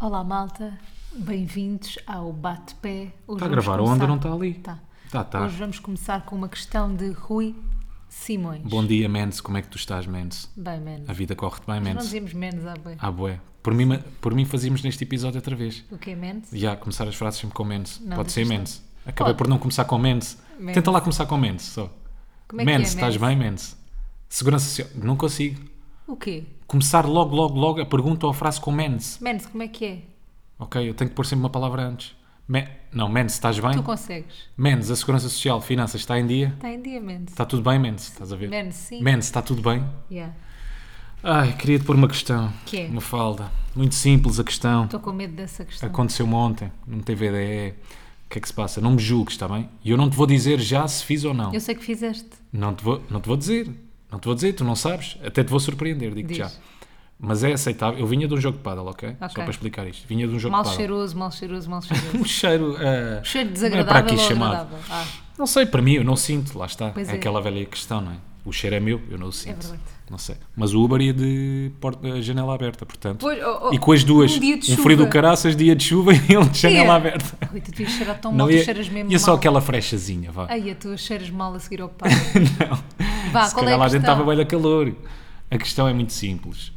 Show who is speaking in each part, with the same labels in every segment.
Speaker 1: Olá, malta. Bem-vindos ao Bate-Pé.
Speaker 2: Está Tá a gravar onde não está ali?
Speaker 1: Está.
Speaker 2: Tá, tá.
Speaker 1: Hoje vamos começar com uma questão de Rui Simões.
Speaker 2: Bom dia, Mendes. Como é que tu estás, Mendes?
Speaker 1: Bem, menos.
Speaker 2: A vida corre-te bem,
Speaker 1: Nós não
Speaker 2: Mendes?
Speaker 1: dizemos menos à boa.
Speaker 2: Ah, bué. Por mim, ma- por mim fazíamos neste episódio outra vez.
Speaker 1: O que é menos?
Speaker 2: Já, começar as frases sempre com Mendes.
Speaker 1: Não,
Speaker 2: Pode ser
Speaker 1: deixa
Speaker 2: Mendes. Acabei
Speaker 1: Pode.
Speaker 2: por não começar com Mendes.
Speaker 1: Mendes.
Speaker 2: Tenta lá começar com Mendes, só.
Speaker 1: Como é que
Speaker 2: Mendes,
Speaker 1: é,
Speaker 2: estás bem, Mendes? Segurança Social. Não consigo.
Speaker 1: O quê?
Speaker 2: Começar logo, logo, logo a pergunta ou a frase com Mendes.
Speaker 1: Menos, como é que é?
Speaker 2: Ok, eu tenho que pôr sempre uma palavra antes. Men- Não, Mendes, estás bem?
Speaker 1: Tu consegues?
Speaker 2: Mendes, a Segurança Social, Finanças, está em dia?
Speaker 1: Está em dia, menos.
Speaker 2: Está tudo bem, Mendes? Estás a ver?
Speaker 1: Menos, sim.
Speaker 2: Mendes, está tudo bem?
Speaker 1: Yeah.
Speaker 2: Ai, queria te pôr uma questão.
Speaker 1: Que é?
Speaker 2: Uma falda. Muito simples a questão.
Speaker 1: Estou com medo dessa questão.
Speaker 2: Aconteceu-me ontem, num TVDE. O que é que se passa? Não me julgues, está bem? E eu não te vou dizer já se fiz ou não.
Speaker 1: Eu sei que fizeste.
Speaker 2: Não, te vou, não te vou dizer. Não te vou dizer, tu não sabes. Até te vou surpreender, digo-te
Speaker 1: Diz.
Speaker 2: já. Mas é aceitável. Eu vinha de um jogo de paddle, ok? Só
Speaker 1: Ok.
Speaker 2: para explicar isto. Vinha de um jogo
Speaker 1: Mal
Speaker 2: de paddle.
Speaker 1: cheiroso, mal cheiroso, mal cheiroso.
Speaker 2: Um cheiro. ah,
Speaker 1: Cheiro
Speaker 2: Não é para
Speaker 1: desagradável
Speaker 2: aqui
Speaker 1: ou
Speaker 2: chamado.
Speaker 1: agradável? Ah,
Speaker 2: Não sei, para mim eu não sinto, lá está.
Speaker 1: Pois
Speaker 2: é,
Speaker 1: é.
Speaker 2: aquela velha questão, não é? O cheiro é meu, eu não o sinto.
Speaker 1: verdade.
Speaker 2: não sei. Mas o Uber ia de porta, eh, janela aberta, portanto.
Speaker 1: Pois, oh, oh,
Speaker 2: e com as duas,
Speaker 1: um dia de
Speaker 2: um frio do
Speaker 1: chuva.
Speaker 2: caraças, dia de chuva e ele de janela
Speaker 1: É.
Speaker 2: aberta.
Speaker 1: Rui, tu devias cheirar tão mal,
Speaker 2: Não
Speaker 1: tu
Speaker 2: ia,
Speaker 1: cheiras mesmo
Speaker 2: ia é só
Speaker 1: mal.
Speaker 2: aquela frechazinha, vá.
Speaker 1: Ai, tu cheiras mal a seguir ao pai.
Speaker 2: não.
Speaker 1: Vá,
Speaker 2: Se
Speaker 1: qual é
Speaker 2: calhar
Speaker 1: a
Speaker 2: lá dentro
Speaker 1: questão?
Speaker 2: estava bem da calor. A questão é muito simples.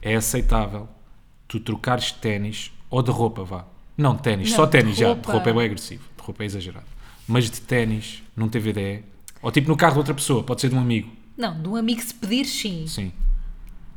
Speaker 2: É aceitável tu trocares de ténis ou de roupa, vá. Não de ténis,
Speaker 1: Não,
Speaker 2: só
Speaker 1: de
Speaker 2: ténis já. De
Speaker 1: roupa.
Speaker 2: roupa é bem agressivo, de roupa é exagerado. Mas de ténis, num TVDE, ou tipo no carro de outra pessoa, pode ser de um amigo,
Speaker 1: Não, de um amigo se pedir, sim.
Speaker 2: sim.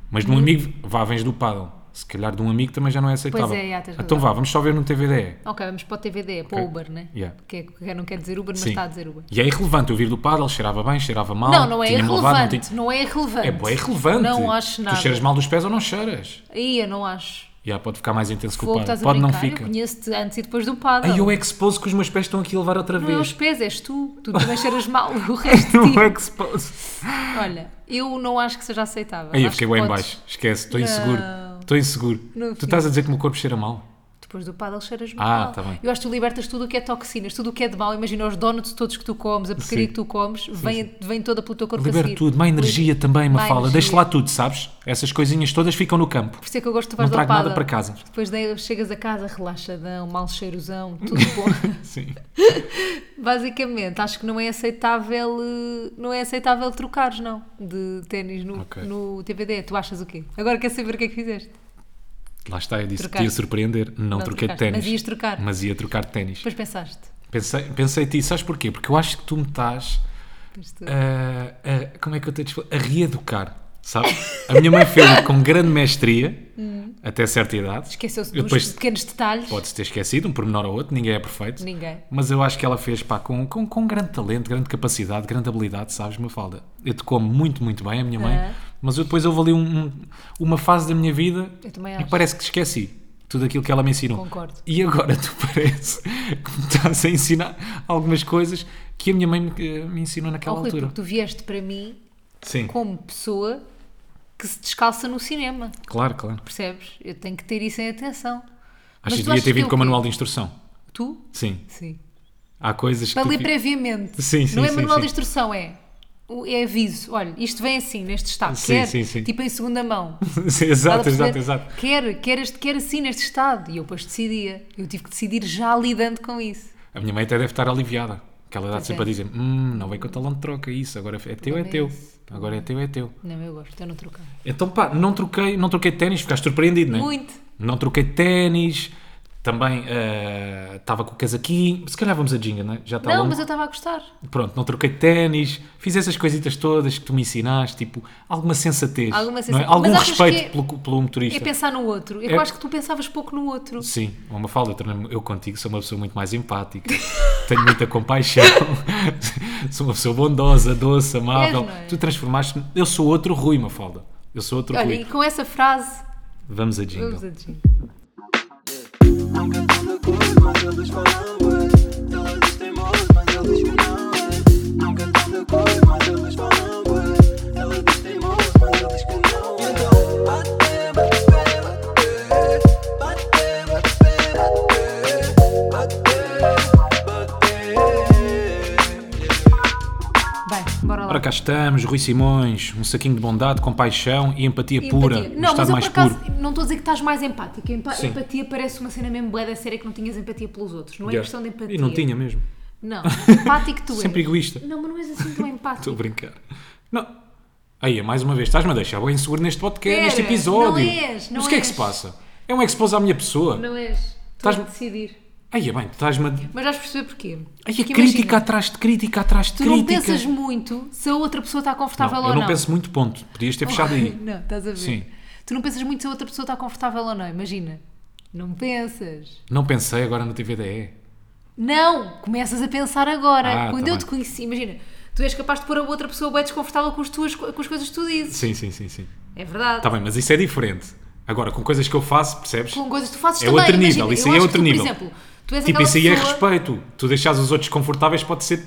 Speaker 2: Mas de um amigo, vá, vens do paddle. Se calhar de um amigo também já não é aceitável.
Speaker 1: Uhum. Pois é, já tens
Speaker 2: então
Speaker 1: razão.
Speaker 2: vá, vamos só ver num TVDE.
Speaker 1: Ok, vamos para o TVD, é para o
Speaker 2: Ok.
Speaker 1: Uber, né?
Speaker 2: Yeah.
Speaker 1: Que, é- que não quer dizer Uber, mas
Speaker 2: Sim.
Speaker 1: está a dizer Uber.
Speaker 2: E é irrelevante, eu vir do paddle, cheirava bem, cheirava mal.
Speaker 1: Não, não é
Speaker 2: tinha-me levado, não tinha-
Speaker 1: irrelevante. Não é irrelevante.
Speaker 2: É bem relevante.
Speaker 1: Não acho nada.
Speaker 2: Tu cheiras mal dos pés ou não cheiras?
Speaker 1: Aí eu não acho.
Speaker 2: Já, pode ficar mais intenso que o
Speaker 1: Fogo,
Speaker 2: padre.
Speaker 1: estás a
Speaker 2: Pode não
Speaker 1: brincar. Eu
Speaker 2: fica.
Speaker 1: conheço-te antes e depois do padre.
Speaker 2: Aí eu expose que os meus pés estão aqui a levar outra
Speaker 1: Não é os
Speaker 2: vez.
Speaker 1: pés, és tu. Tu também cheiras mal o resto de ti.
Speaker 2: Eu é expose.
Speaker 1: Olha, eu não acho que seja aceitável.
Speaker 2: Aí eu
Speaker 1: Acho
Speaker 2: fiquei
Speaker 1: que
Speaker 2: bem em
Speaker 1: podes-
Speaker 2: baixo. Esquece, estou inseguro.
Speaker 1: Não.
Speaker 2: Estou inseguro.
Speaker 1: Não
Speaker 2: Tu
Speaker 1: fica.
Speaker 2: estás a dizer que o meu corpo cheira mal?
Speaker 1: Depois do pádel cheiras muito
Speaker 2: Ah,
Speaker 1: mal.
Speaker 2: tá bem.
Speaker 1: Eu acho que tu libertas tudo o que é toxinas, tudo o que é de mal. Imagina os donuts todos que tu comes, a porcaria
Speaker 2: Sim.
Speaker 1: que tu comes, vem, vem toda pelo teu corpo a
Speaker 2: Libero
Speaker 1: seguir.
Speaker 2: tudo. Má energia
Speaker 1: Por
Speaker 2: também,
Speaker 1: Má
Speaker 2: Mafalda. Deixa
Speaker 1: energia.
Speaker 2: lá tudo, sabes? Essas coisinhas todas ficam no campo.
Speaker 1: isso é que eu gosto de
Speaker 2: Não
Speaker 1: vais ao
Speaker 2: trago nada
Speaker 1: pádel.
Speaker 2: para casa.
Speaker 1: Depois daí chegas a casa relaxadão, mal cheirosão, tudo bom.
Speaker 2: Sim.
Speaker 1: Basicamente, acho que não é aceitável, eh, não é aceitável trocares, não, de ténis no,
Speaker 2: Ok.
Speaker 1: no TVD. Tu achas o quê? Agora quer saber o que é que fizeste.
Speaker 2: Lá está, eu disse que te
Speaker 1: Trocaste.
Speaker 2: ia surpreender. Não,
Speaker 1: Não
Speaker 2: troquei de
Speaker 1: trocaste,
Speaker 2: ténis.
Speaker 1: mas ias trocar.
Speaker 2: Mas ia trocar de ténis.
Speaker 1: Depois pensaste.
Speaker 2: Pensei, pensei em ti, sabes porquê? Porque eu acho que tu me estás.
Speaker 1: depois tu-
Speaker 2: a- a- como é que eu tenho de explicar? A reeducar, sabe? A minha mãe fez com grande mestria,
Speaker 1: Hum.
Speaker 2: até certa idade.
Speaker 1: Esqueceu-se
Speaker 2: Eu
Speaker 1: dos
Speaker 2: depois-
Speaker 1: pequenos detalhes.
Speaker 2: Pode-se ter esquecido, um pormenor ou outro, ninguém é perfeito.
Speaker 1: Ninguém.
Speaker 2: Mas eu acho que ela fez pá, com, com, com grande talento, grande capacidade, grande habilidade, sabes, Mafalda? Eu te como muito, muito bem, a minha mãe.
Speaker 1: Ah.
Speaker 2: Mas eu depois houve ali um- um- uma fase da minha vida
Speaker 1: Eu também
Speaker 2: e
Speaker 1: acho.
Speaker 2: parece que esqueci tudo aquilo que ela me ensinou.
Speaker 1: Concordo.
Speaker 2: E agora tu parece que me estás a ensinar algumas coisas que a minha mãe me, eh, me ensinou
Speaker 1: Oh,
Speaker 2: naquela
Speaker 1: Rui,
Speaker 2: altura.
Speaker 1: porque tu vieste para mim
Speaker 2: Sim,
Speaker 1: como pessoa que se descalça no cinema,
Speaker 2: claro, claro.
Speaker 1: percebes? Eu tenho que ter isso em atenção. Mas tu
Speaker 2: Acho que devia
Speaker 1: achas
Speaker 2: ter
Speaker 1: que
Speaker 2: vindo
Speaker 1: eu
Speaker 2: com o
Speaker 1: quê?
Speaker 2: manual de instrução.
Speaker 1: Tu?
Speaker 2: Sim,
Speaker 1: Sim.
Speaker 2: há coisas
Speaker 1: Para
Speaker 2: que.
Speaker 1: ler
Speaker 2: tu-
Speaker 1: previamente.
Speaker 2: Sim, sim,
Speaker 1: Não é
Speaker 2: sim,
Speaker 1: manual
Speaker 2: sim.
Speaker 1: de instrução, é. o- É aviso. Olha, isto vem assim, neste estado.
Speaker 2: Sim,
Speaker 1: quer,
Speaker 2: sim, sim.
Speaker 1: tipo em segunda mão.
Speaker 2: Sim,
Speaker 1: Estás a
Speaker 2: exato,
Speaker 1: perceber?
Speaker 2: exato, exato.
Speaker 1: Quer, quer, este, quer assim, neste estado. E eu depois decidia. Eu tive que decidir já lidando com isso.
Speaker 2: A minha mãe até deve estar aliviada. Que ela dá
Speaker 1: Pois
Speaker 2: sempre
Speaker 1: é.
Speaker 2: a dizer: hum, não vem com o talão de troca isso, agora é teu, é
Speaker 1: Também é
Speaker 2: teu.
Speaker 1: isso.
Speaker 2: Agora é teu, é teu.
Speaker 1: Não, eu gosto, eu não trocava.
Speaker 2: Então pá, não troquei, não troquei de ténis, ficaste surpreendido, não é?
Speaker 1: Muito.
Speaker 2: Não troquei de ténis, também ah, estava com o casaquinho. Se calhar vamos a jinga, não é? Já está
Speaker 1: Não,
Speaker 2: longo.
Speaker 1: mas eu estava a gostar.
Speaker 2: Pronto, não troquei de ténis, fiz essas coisitas todas que tu me ensinaste, tipo, alguma sensatez.
Speaker 1: Alguma
Speaker 2: não é?
Speaker 1: sensatez.
Speaker 2: Algum
Speaker 1: Mas achas
Speaker 2: respeito
Speaker 1: que é-
Speaker 2: pelo, pelo motorista.
Speaker 1: É pensar no outro. Eu
Speaker 2: É-
Speaker 1: acho que tu pensavas pouco no outro.
Speaker 2: Sim, é uma falda, eu, eu contigo sou uma pessoa muito mais empática, tenho muita compaixão, sou uma pessoa bondosa, doce, amável.
Speaker 1: És, não é?
Speaker 2: Tu transformaste-me. Eu sou outro Rui, Mafalda. Eu sou outro
Speaker 1: Olha,
Speaker 2: Rui.
Speaker 1: e com essa frase,
Speaker 2: Vamos a jingle.
Speaker 1: vamos a Jim.
Speaker 3: Nunca tive cor, mas eles falam bué. Ela diz teimoso, mas ele diz que não é. Nunca tive cor, mas eles falam bué. Ela diz teimoso, mas ele diz que não é. Então, bate, bate, bate, bate, bate, bate, bate, bate, bate.
Speaker 1: Bem, bora lá.
Speaker 2: Ora cá estamos, Rui Simões, um saquinho de bondade, compaixão e empatia, pura, no
Speaker 1: Não, mas
Speaker 2: estado
Speaker 1: eu
Speaker 2: mais
Speaker 1: por acaso
Speaker 2: puro.
Speaker 1: não estou a dizer que estás mais empática. Empa-
Speaker 2: Sim.
Speaker 1: Empatia parece uma cena mesmo bué da séria que não tinhas empatia pelos outros. Não é
Speaker 2: Yeah.
Speaker 1: questão de empatia.
Speaker 2: E não tinha mesmo.
Speaker 1: Não, empático tu és.
Speaker 2: Sempre egoísta.
Speaker 1: Não, mas não és assim tão
Speaker 2: Estou
Speaker 1: empático.
Speaker 2: a brincar. Não. Aí, é mais uma vez, estás-me a deixar bem inseguro neste podcast,
Speaker 1: Pera,
Speaker 2: neste episódio.
Speaker 1: não és, não
Speaker 2: Mas o que é que
Speaker 1: és.
Speaker 2: se passa? É um expose à minha pessoa.
Speaker 1: Não és. Estás
Speaker 2: Estás-
Speaker 1: a decidir.
Speaker 2: Aí, é bem, tu estás-me a...
Speaker 1: Mas vais perceber porquê.
Speaker 2: Aí, é
Speaker 1: Porque
Speaker 2: crítica
Speaker 1: imagina,
Speaker 2: atrás de crítica atrás de
Speaker 1: Tu
Speaker 2: crítica.
Speaker 1: não pensas muito se a outra pessoa está
Speaker 2: Não,
Speaker 1: confortável
Speaker 2: eu
Speaker 1: ou
Speaker 2: não penso muito, ponto. Podias
Speaker 1: Oh.
Speaker 2: ter fechado aí.
Speaker 1: Não, estás a ver?
Speaker 2: Sim.
Speaker 1: Tu não pensas muito se a outra pessoa está confortável ou não, imagina. Não pensas.
Speaker 2: Não pensei agora no TVDE.
Speaker 1: Não! Começas a pensar agora.
Speaker 2: Ah,
Speaker 1: Quando
Speaker 2: tá
Speaker 1: eu
Speaker 2: bem.
Speaker 1: te conheci, imagina, tu és capaz de pôr a outra pessoa bem desconfortável com as, tuas, com as coisas que tu dizes.
Speaker 2: Sim, sim, sim, sim.
Speaker 1: É verdade.
Speaker 2: Está bem, mas isso é diferente. Agora, com coisas que eu faço, percebes?
Speaker 1: Com coisas que tu fazes
Speaker 2: É
Speaker 1: também.
Speaker 2: outro nível,
Speaker 1: imagina,
Speaker 2: isso
Speaker 1: eu
Speaker 2: aí é
Speaker 1: acho
Speaker 2: outro
Speaker 1: que tu,
Speaker 2: nível.
Speaker 1: Por exemplo, tu és
Speaker 2: Tipo,
Speaker 1: aquela
Speaker 2: isso aí é
Speaker 1: pessoa...
Speaker 2: respeito. Tu deixares os outros confortáveis pode ser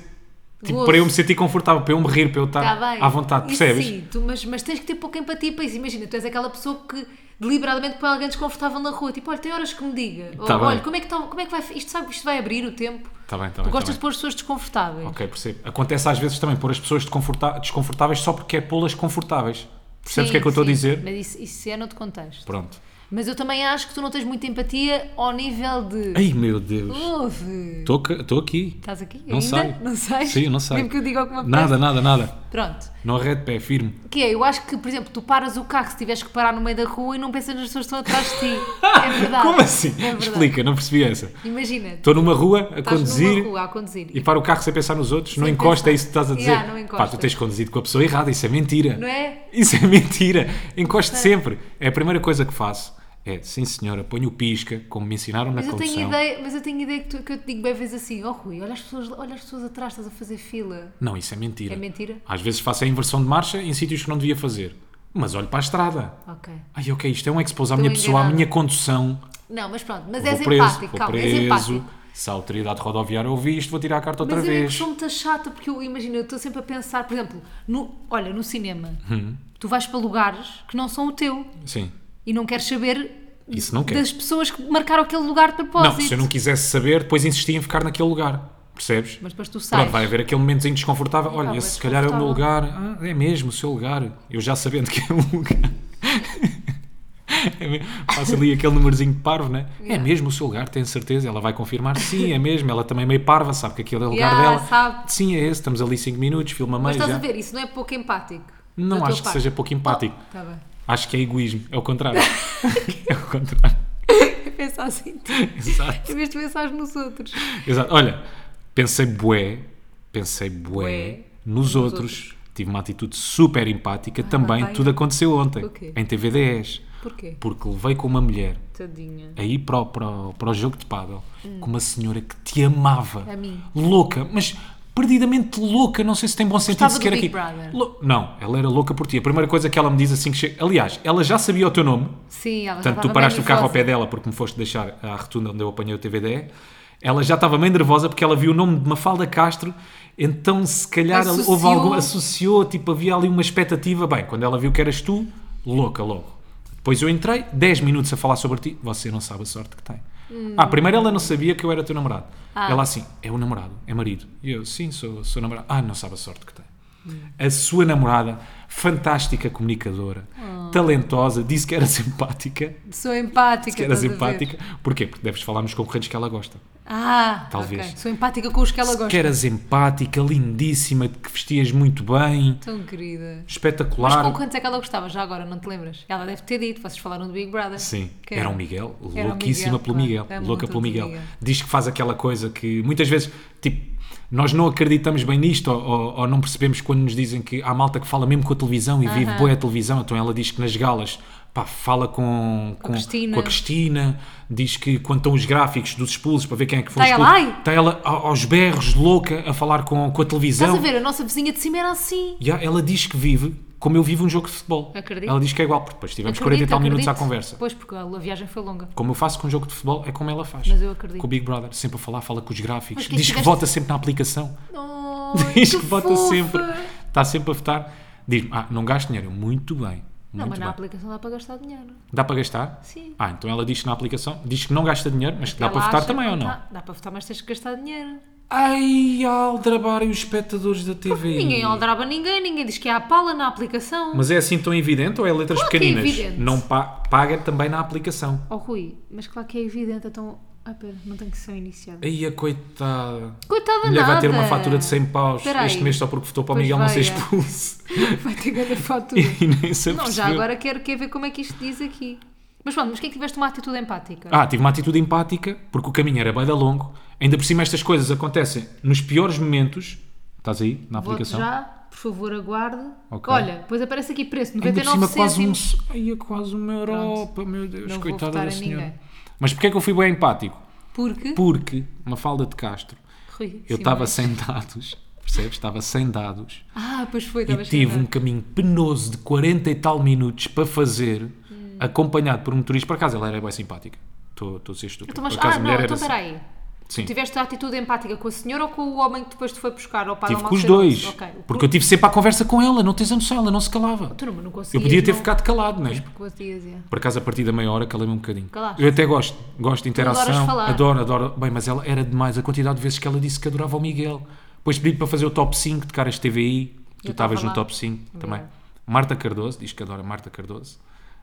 Speaker 2: tipo,
Speaker 1: Gozo.
Speaker 2: para eu me sentir confortável, para eu me rir, para eu estar
Speaker 1: Tá bem.
Speaker 2: à vontade,
Speaker 1: Isso
Speaker 2: percebes?
Speaker 1: Sim, tu- mas, mas tens que ter pouca empatia para isso. Imagina, tu és aquela pessoa que deliberadamente põe alguém desconfortável na rua. Tipo, olha, tem horas que me diga.
Speaker 2: Tá
Speaker 1: Ou,
Speaker 2: bem.
Speaker 1: olha, como é que, tá, como é que vai, isto, sabe, isto vai abrir o tempo?
Speaker 2: Tá bem, tá
Speaker 1: tu
Speaker 2: bem, tá
Speaker 1: gostas
Speaker 2: bem.
Speaker 1: de pôr as pessoas desconfortáveis.
Speaker 2: Ok, percebo. Acontece às vezes também pôr as pessoas desconforta- desconfortáveis só porque é pô-las confortáveis. Percebes o que é que eu estou a
Speaker 1: Sim, sim.
Speaker 2: dizer?
Speaker 1: Mas isso, isso é noutro contexto.
Speaker 2: Pronto.
Speaker 1: Mas eu também acho que tu não tens muita empatia ao nível de.
Speaker 2: Ai meu Deus.
Speaker 1: Ouve!
Speaker 2: Estou aqui.
Speaker 1: Uh. Estás aqui?
Speaker 2: Não
Speaker 1: ainda?
Speaker 2: sei.
Speaker 1: Não sei.
Speaker 2: Sim, não sei.
Speaker 1: Mesmo que eu diga alguma coisa.
Speaker 2: Nada, nada, nada.
Speaker 1: Pronto.
Speaker 2: Não arrede pé, firme.
Speaker 1: Que é, eu acho que, por exemplo, tu paras o carro se tiveres que parar no meio da rua e não pensas nas pessoas que estão atrás de ti. É verdade.
Speaker 2: Como assim?
Speaker 1: É verdade.
Speaker 2: Explica, não percebi essa.
Speaker 1: Imagina,
Speaker 2: Estou numa rua a
Speaker 1: estás
Speaker 2: conduzir
Speaker 1: numa rua a conduzir.
Speaker 2: e para o carro sem pensar nos outros, não
Speaker 1: Sem
Speaker 2: encosta,
Speaker 1: pensar.
Speaker 2: é isso que estás a dizer.
Speaker 1: Yeah, não encosta.
Speaker 2: Pá, tu tens conduzido com a pessoa errada, isso é mentira.
Speaker 1: Não é?
Speaker 2: Isso é mentira. Encosto sempre. É a primeira coisa que faço. É, sim senhora, ponho o pisca, como me ensinaram na
Speaker 1: Mas eu,
Speaker 2: condução.
Speaker 1: tenho ideia, mas eu tenho ideia que, tu- que eu te digo bem vezes assim, oh Rui, olha as pessoas, olha as pessoas atrás, estás a fazer fila.
Speaker 2: Não, isso é mentira.
Speaker 1: É mentira?
Speaker 2: Às vezes faço a inversão de marcha em sítios que não devia fazer. Mas olho para a estrada.
Speaker 1: Ok.
Speaker 2: Ai, ok, isto é um expose à
Speaker 1: Estou
Speaker 2: minha pessoa, à
Speaker 1: enganada.
Speaker 2: minha condução.
Speaker 1: Não, mas pronto, mas
Speaker 2: Vou
Speaker 1: és
Speaker 2: preso,
Speaker 1: empático,
Speaker 2: vou
Speaker 1: calma, és
Speaker 2: preso.
Speaker 1: empático.
Speaker 2: Se a autoridade rodoviária ouvir isto, vou tirar a carta outra
Speaker 1: mas eu é que
Speaker 2: vez.
Speaker 1: sou muito chata porque eu imagino, eu estou sempre a pensar, por exemplo, no, olha, no cinema,
Speaker 2: Hum.
Speaker 1: tu vais para lugares que não são o teu
Speaker 2: Sim.
Speaker 1: e não queres saber
Speaker 2: Isso não quero.
Speaker 1: das pessoas que marcaram aquele lugar de
Speaker 2: Não,
Speaker 1: propósito.
Speaker 2: se eu não quisesse saber, depois insistia em ficar naquele lugar. Percebes?
Speaker 1: Mas depois tu sais.
Speaker 2: Pronto, vai haver aquele momentozinho desconfortável. Olha,
Speaker 1: pá,
Speaker 2: esse
Speaker 1: mas
Speaker 2: se calhar é o meu lugar.
Speaker 1: desconfortável.
Speaker 2: Ah, é mesmo o seu lugar. Eu já sabendo que é o lugar. É mesmo. Faço ali aquele númerozinho de parvo, né? É mesmo o seu lugar, tenho certeza. Ela vai confirmar. Sim, é mesmo. Ela também é meio parva, sabe que aquele é o lugar
Speaker 1: Yeah,
Speaker 2: dela.
Speaker 1: sabe.
Speaker 2: Sim, é esse. Estamos ali 5 minutos, filma
Speaker 1: mas
Speaker 2: meio
Speaker 1: estás
Speaker 2: já.
Speaker 1: a ver, isso não é pouco empático.
Speaker 2: Não
Speaker 1: da tua
Speaker 2: acho que
Speaker 1: parte.
Speaker 2: seja pouco empático.
Speaker 1: Oh, tá bem.
Speaker 2: Acho que é egoísmo. É o contrário. é o contrário.
Speaker 1: Pensa assim, tu,
Speaker 2: Exato.
Speaker 1: em vez de pensares nos outros.
Speaker 2: Exato. Olha, pensei bué, pensei bué,
Speaker 1: Bué
Speaker 2: nos, outros. Tive uma atitude super empática também.
Speaker 1: lá vai.
Speaker 2: Tudo aconteceu ontem,
Speaker 1: Ah, O quê?
Speaker 2: em TV10.
Speaker 1: Porquê?
Speaker 2: Porque levei com uma mulher
Speaker 1: Tadinha.
Speaker 2: aí para o, para o- para o jogo de pádel com uma senhora que te amava.
Speaker 1: Hum. A mim.
Speaker 2: Louca, mas perdidamente louca. Não sei se tem bom sentido
Speaker 1: Gostava do
Speaker 2: sequer
Speaker 1: Big
Speaker 2: aqui.
Speaker 1: Brother.
Speaker 2: Lou- Não, ela era louca por ti. A primeira coisa que ela me diz assim que chega. Aliás, ela já sabia o teu nome.
Speaker 1: Sim, ela
Speaker 2: Portanto,
Speaker 1: já
Speaker 2: tu
Speaker 1: estava
Speaker 2: paraste o
Speaker 1: bem
Speaker 2: carro ao pé
Speaker 1: nervosa.
Speaker 2: dela porque me foste deixar à rotunda onde eu apanhei o TVDE. Ela já estava meio nervosa porque ela viu o nome de Mafalda Castro, então se calhar
Speaker 1: Associou.
Speaker 2: houve algo, associou, tipo, havia ali uma expectativa. Bem, quando ela viu que eras tu, louca logo. Depois eu entrei, 10 minutos a falar sobre ti, você não sabe a sorte que tem. Ah, primeiro ela não sabia que eu era teu namorado. Ela assim, é o namorado, é marido. E eu, sim, sou, sou namorado. Ah, não sabe a sorte que tem. A sua namorada, fantástica comunicadora, talentosa, disse que era simpática
Speaker 1: Sou empática.
Speaker 2: que era
Speaker 1: estás a ver?
Speaker 2: simpática. Porquê? Porque deves falar nos concorrentes que ela gosta.
Speaker 1: Ah,
Speaker 2: Talvez.
Speaker 1: ok. Sou empática com os que ela gosta.
Speaker 2: Que eras empática, lindíssima, que vestias muito bem,
Speaker 1: Tão querida. Mas
Speaker 2: espetacular.
Speaker 1: com quantos é que ela gostava já agora? Não te lembras? Ela deve ter dito, vocês falaram do Big Brother.
Speaker 2: Sim,
Speaker 1: Que
Speaker 2: era o Miguel,
Speaker 1: Era o
Speaker 2: louquíssima
Speaker 1: Miguel,
Speaker 2: pelo
Speaker 1: claro.
Speaker 2: Miguel,
Speaker 1: Amo
Speaker 2: louca
Speaker 1: tudo
Speaker 2: pelo
Speaker 1: do
Speaker 2: Miguel.
Speaker 1: Miguel.
Speaker 2: Diz que faz aquela coisa que muitas vezes, tipo, nós não acreditamos bem nisto ou, ou- ou não percebemos quando nos dizem que há malta que fala mesmo com a televisão e vive boa a televisão, então ela diz que nas galas. Pá, fala com, com,
Speaker 1: Cristina.
Speaker 2: com a Cristina, diz que quando estão os gráficos dos expulsos para ver quem é que foi
Speaker 1: Tá ela,
Speaker 2: expulso,
Speaker 1: ai!
Speaker 2: está ela a- aos berros, louca, a falar com, com a
Speaker 1: Estás
Speaker 2: televisão.
Speaker 1: a ver? A nossa vizinha de cima era assim.
Speaker 2: E há- ela diz que vive como eu vivo um jogo de futebol.
Speaker 1: Acredito.
Speaker 2: Ela diz que é igual, porque depois tivemos
Speaker 1: Acredito,
Speaker 2: 40 e tal minutos à
Speaker 1: acredito.
Speaker 2: conversa.
Speaker 1: Pois, porque a viagem foi longa.
Speaker 2: Como eu faço com um jogo de futebol, é como ela faz.
Speaker 1: Mas eu acredito.
Speaker 2: Com o Big Brother, sempre a falar, fala com os
Speaker 1: Mas
Speaker 2: gráficos.
Speaker 1: que é que
Speaker 2: Diz que
Speaker 1: tiveste-
Speaker 2: vota sempre na aplicação.
Speaker 1: Oh,
Speaker 2: Diz
Speaker 1: que
Speaker 2: que vota
Speaker 1: fofa.
Speaker 2: sempre. Está sempre a votar. Diz-me, ah, não gasto dinheiro. Eu, Muito bem.
Speaker 1: Não,
Speaker 2: Muito
Speaker 1: mas
Speaker 2: bem.
Speaker 1: na aplicação dá para gastar dinheiro.
Speaker 2: Dá para gastar?
Speaker 1: Sim.
Speaker 2: Ah, então ela diz que na aplicação, diz que não gasta dinheiro, mas que dá
Speaker 1: Ela
Speaker 2: para votar
Speaker 1: acha
Speaker 2: também
Speaker 1: que
Speaker 2: ou não?
Speaker 1: Dá, dá para votar, mas tens que gastar dinheiro.
Speaker 2: Ai, aldrabarem os espectadores da TV.
Speaker 1: Ninguém aldraba ninguém, ninguém diz que há a pala na aplicação.
Speaker 2: Mas é assim tão evidente ou é letras
Speaker 1: Claro que é
Speaker 2: pequeninas?
Speaker 1: evidente.
Speaker 2: Não pa- paga também na aplicação.
Speaker 1: Oh Rui, mas claro que é evidente, então. Ah, pera, não tem que ser iniciada.
Speaker 2: Aí a coitada.
Speaker 1: Coitada
Speaker 2: Mulher
Speaker 1: nada.
Speaker 2: vai ter uma fatura de 100 paus
Speaker 1: Espera
Speaker 2: este
Speaker 1: aí.
Speaker 2: mês só porque votou para o
Speaker 1: Pois
Speaker 2: Miguel não
Speaker 1: vai,
Speaker 2: ser
Speaker 1: é.
Speaker 2: expulso.
Speaker 1: Vai ter grande fatura.
Speaker 2: e nem se
Speaker 1: não, já
Speaker 2: apercebeu.
Speaker 1: agora quero quer ver como é que isto diz aqui. Mas pronto, mas quem é que tiveste uma atitude empática?
Speaker 2: Ah, tive uma atitude empática, porque o caminho era bem da longo. Ainda por cima estas coisas acontecem nos piores momentos. Estás aí, na
Speaker 1: Voto
Speaker 2: aplicação?
Speaker 1: já, por favor, aguarde.
Speaker 2: Ok.
Speaker 1: Olha, depois aparece aqui preço,
Speaker 2: Ainda
Speaker 1: 99
Speaker 2: por cima quase um...
Speaker 1: cêntimos.
Speaker 2: Ai, é quase uma Europa, meu Deus,
Speaker 1: Não vou
Speaker 2: coitada
Speaker 1: votar
Speaker 2: da
Speaker 1: em
Speaker 2: senhora.
Speaker 1: ninguém.
Speaker 2: Mas porquê é que eu fui bem empático?
Speaker 1: Porque...
Speaker 2: Porque, uma falda de Castro,
Speaker 1: Rui, sim,
Speaker 2: eu assim estava
Speaker 1: mas-
Speaker 2: sem dados, percebes? Estava sem dados.
Speaker 1: Ah, pois foi,
Speaker 2: E
Speaker 1: estava
Speaker 2: tive um caminho penoso de 40 e tal minutos para fazer,
Speaker 1: Hum.
Speaker 2: acompanhado por um motorista. Por acaso, ela era bem simpática. Estou estou a ser estúpido.
Speaker 1: Então, mas,
Speaker 2: Por
Speaker 1: ah,
Speaker 2: acaso, a
Speaker 1: não,
Speaker 2: mulher era
Speaker 1: então
Speaker 2: assim.
Speaker 1: peraí.
Speaker 2: Sim.
Speaker 1: Tiveste a atitude empática com a senhora ou com o homem que depois te foi buscar? Ou para
Speaker 2: Tive
Speaker 1: não
Speaker 2: com os
Speaker 1: maldizer-
Speaker 2: dois.
Speaker 1: Ok. o
Speaker 2: Porque eu tive sempre à conversa com ela, não tens a noção, ela não se calava.
Speaker 1: Tu não, não conseguias,
Speaker 2: Eu podia ter
Speaker 1: não.
Speaker 2: ficado calado, não é?
Speaker 1: Conseguias, é.
Speaker 2: Por acaso, a partir da meia hora, calei-me um bocadinho.
Speaker 1: Calaste.
Speaker 2: Eu até gosto, gosto de
Speaker 1: adoras
Speaker 2: interação,
Speaker 1: falar.
Speaker 2: adoro, adoro. Bem, mas ela era demais a quantidade de vezes que ela disse que adorava o Miguel. Depois pedi para fazer o top 5 de caras de TVI, tu
Speaker 1: Eu estava
Speaker 2: estavas no
Speaker 1: lá.
Speaker 2: top 5 também.
Speaker 1: Verdade.
Speaker 2: Marta Cardoso, diz que adora Marta Cardoso.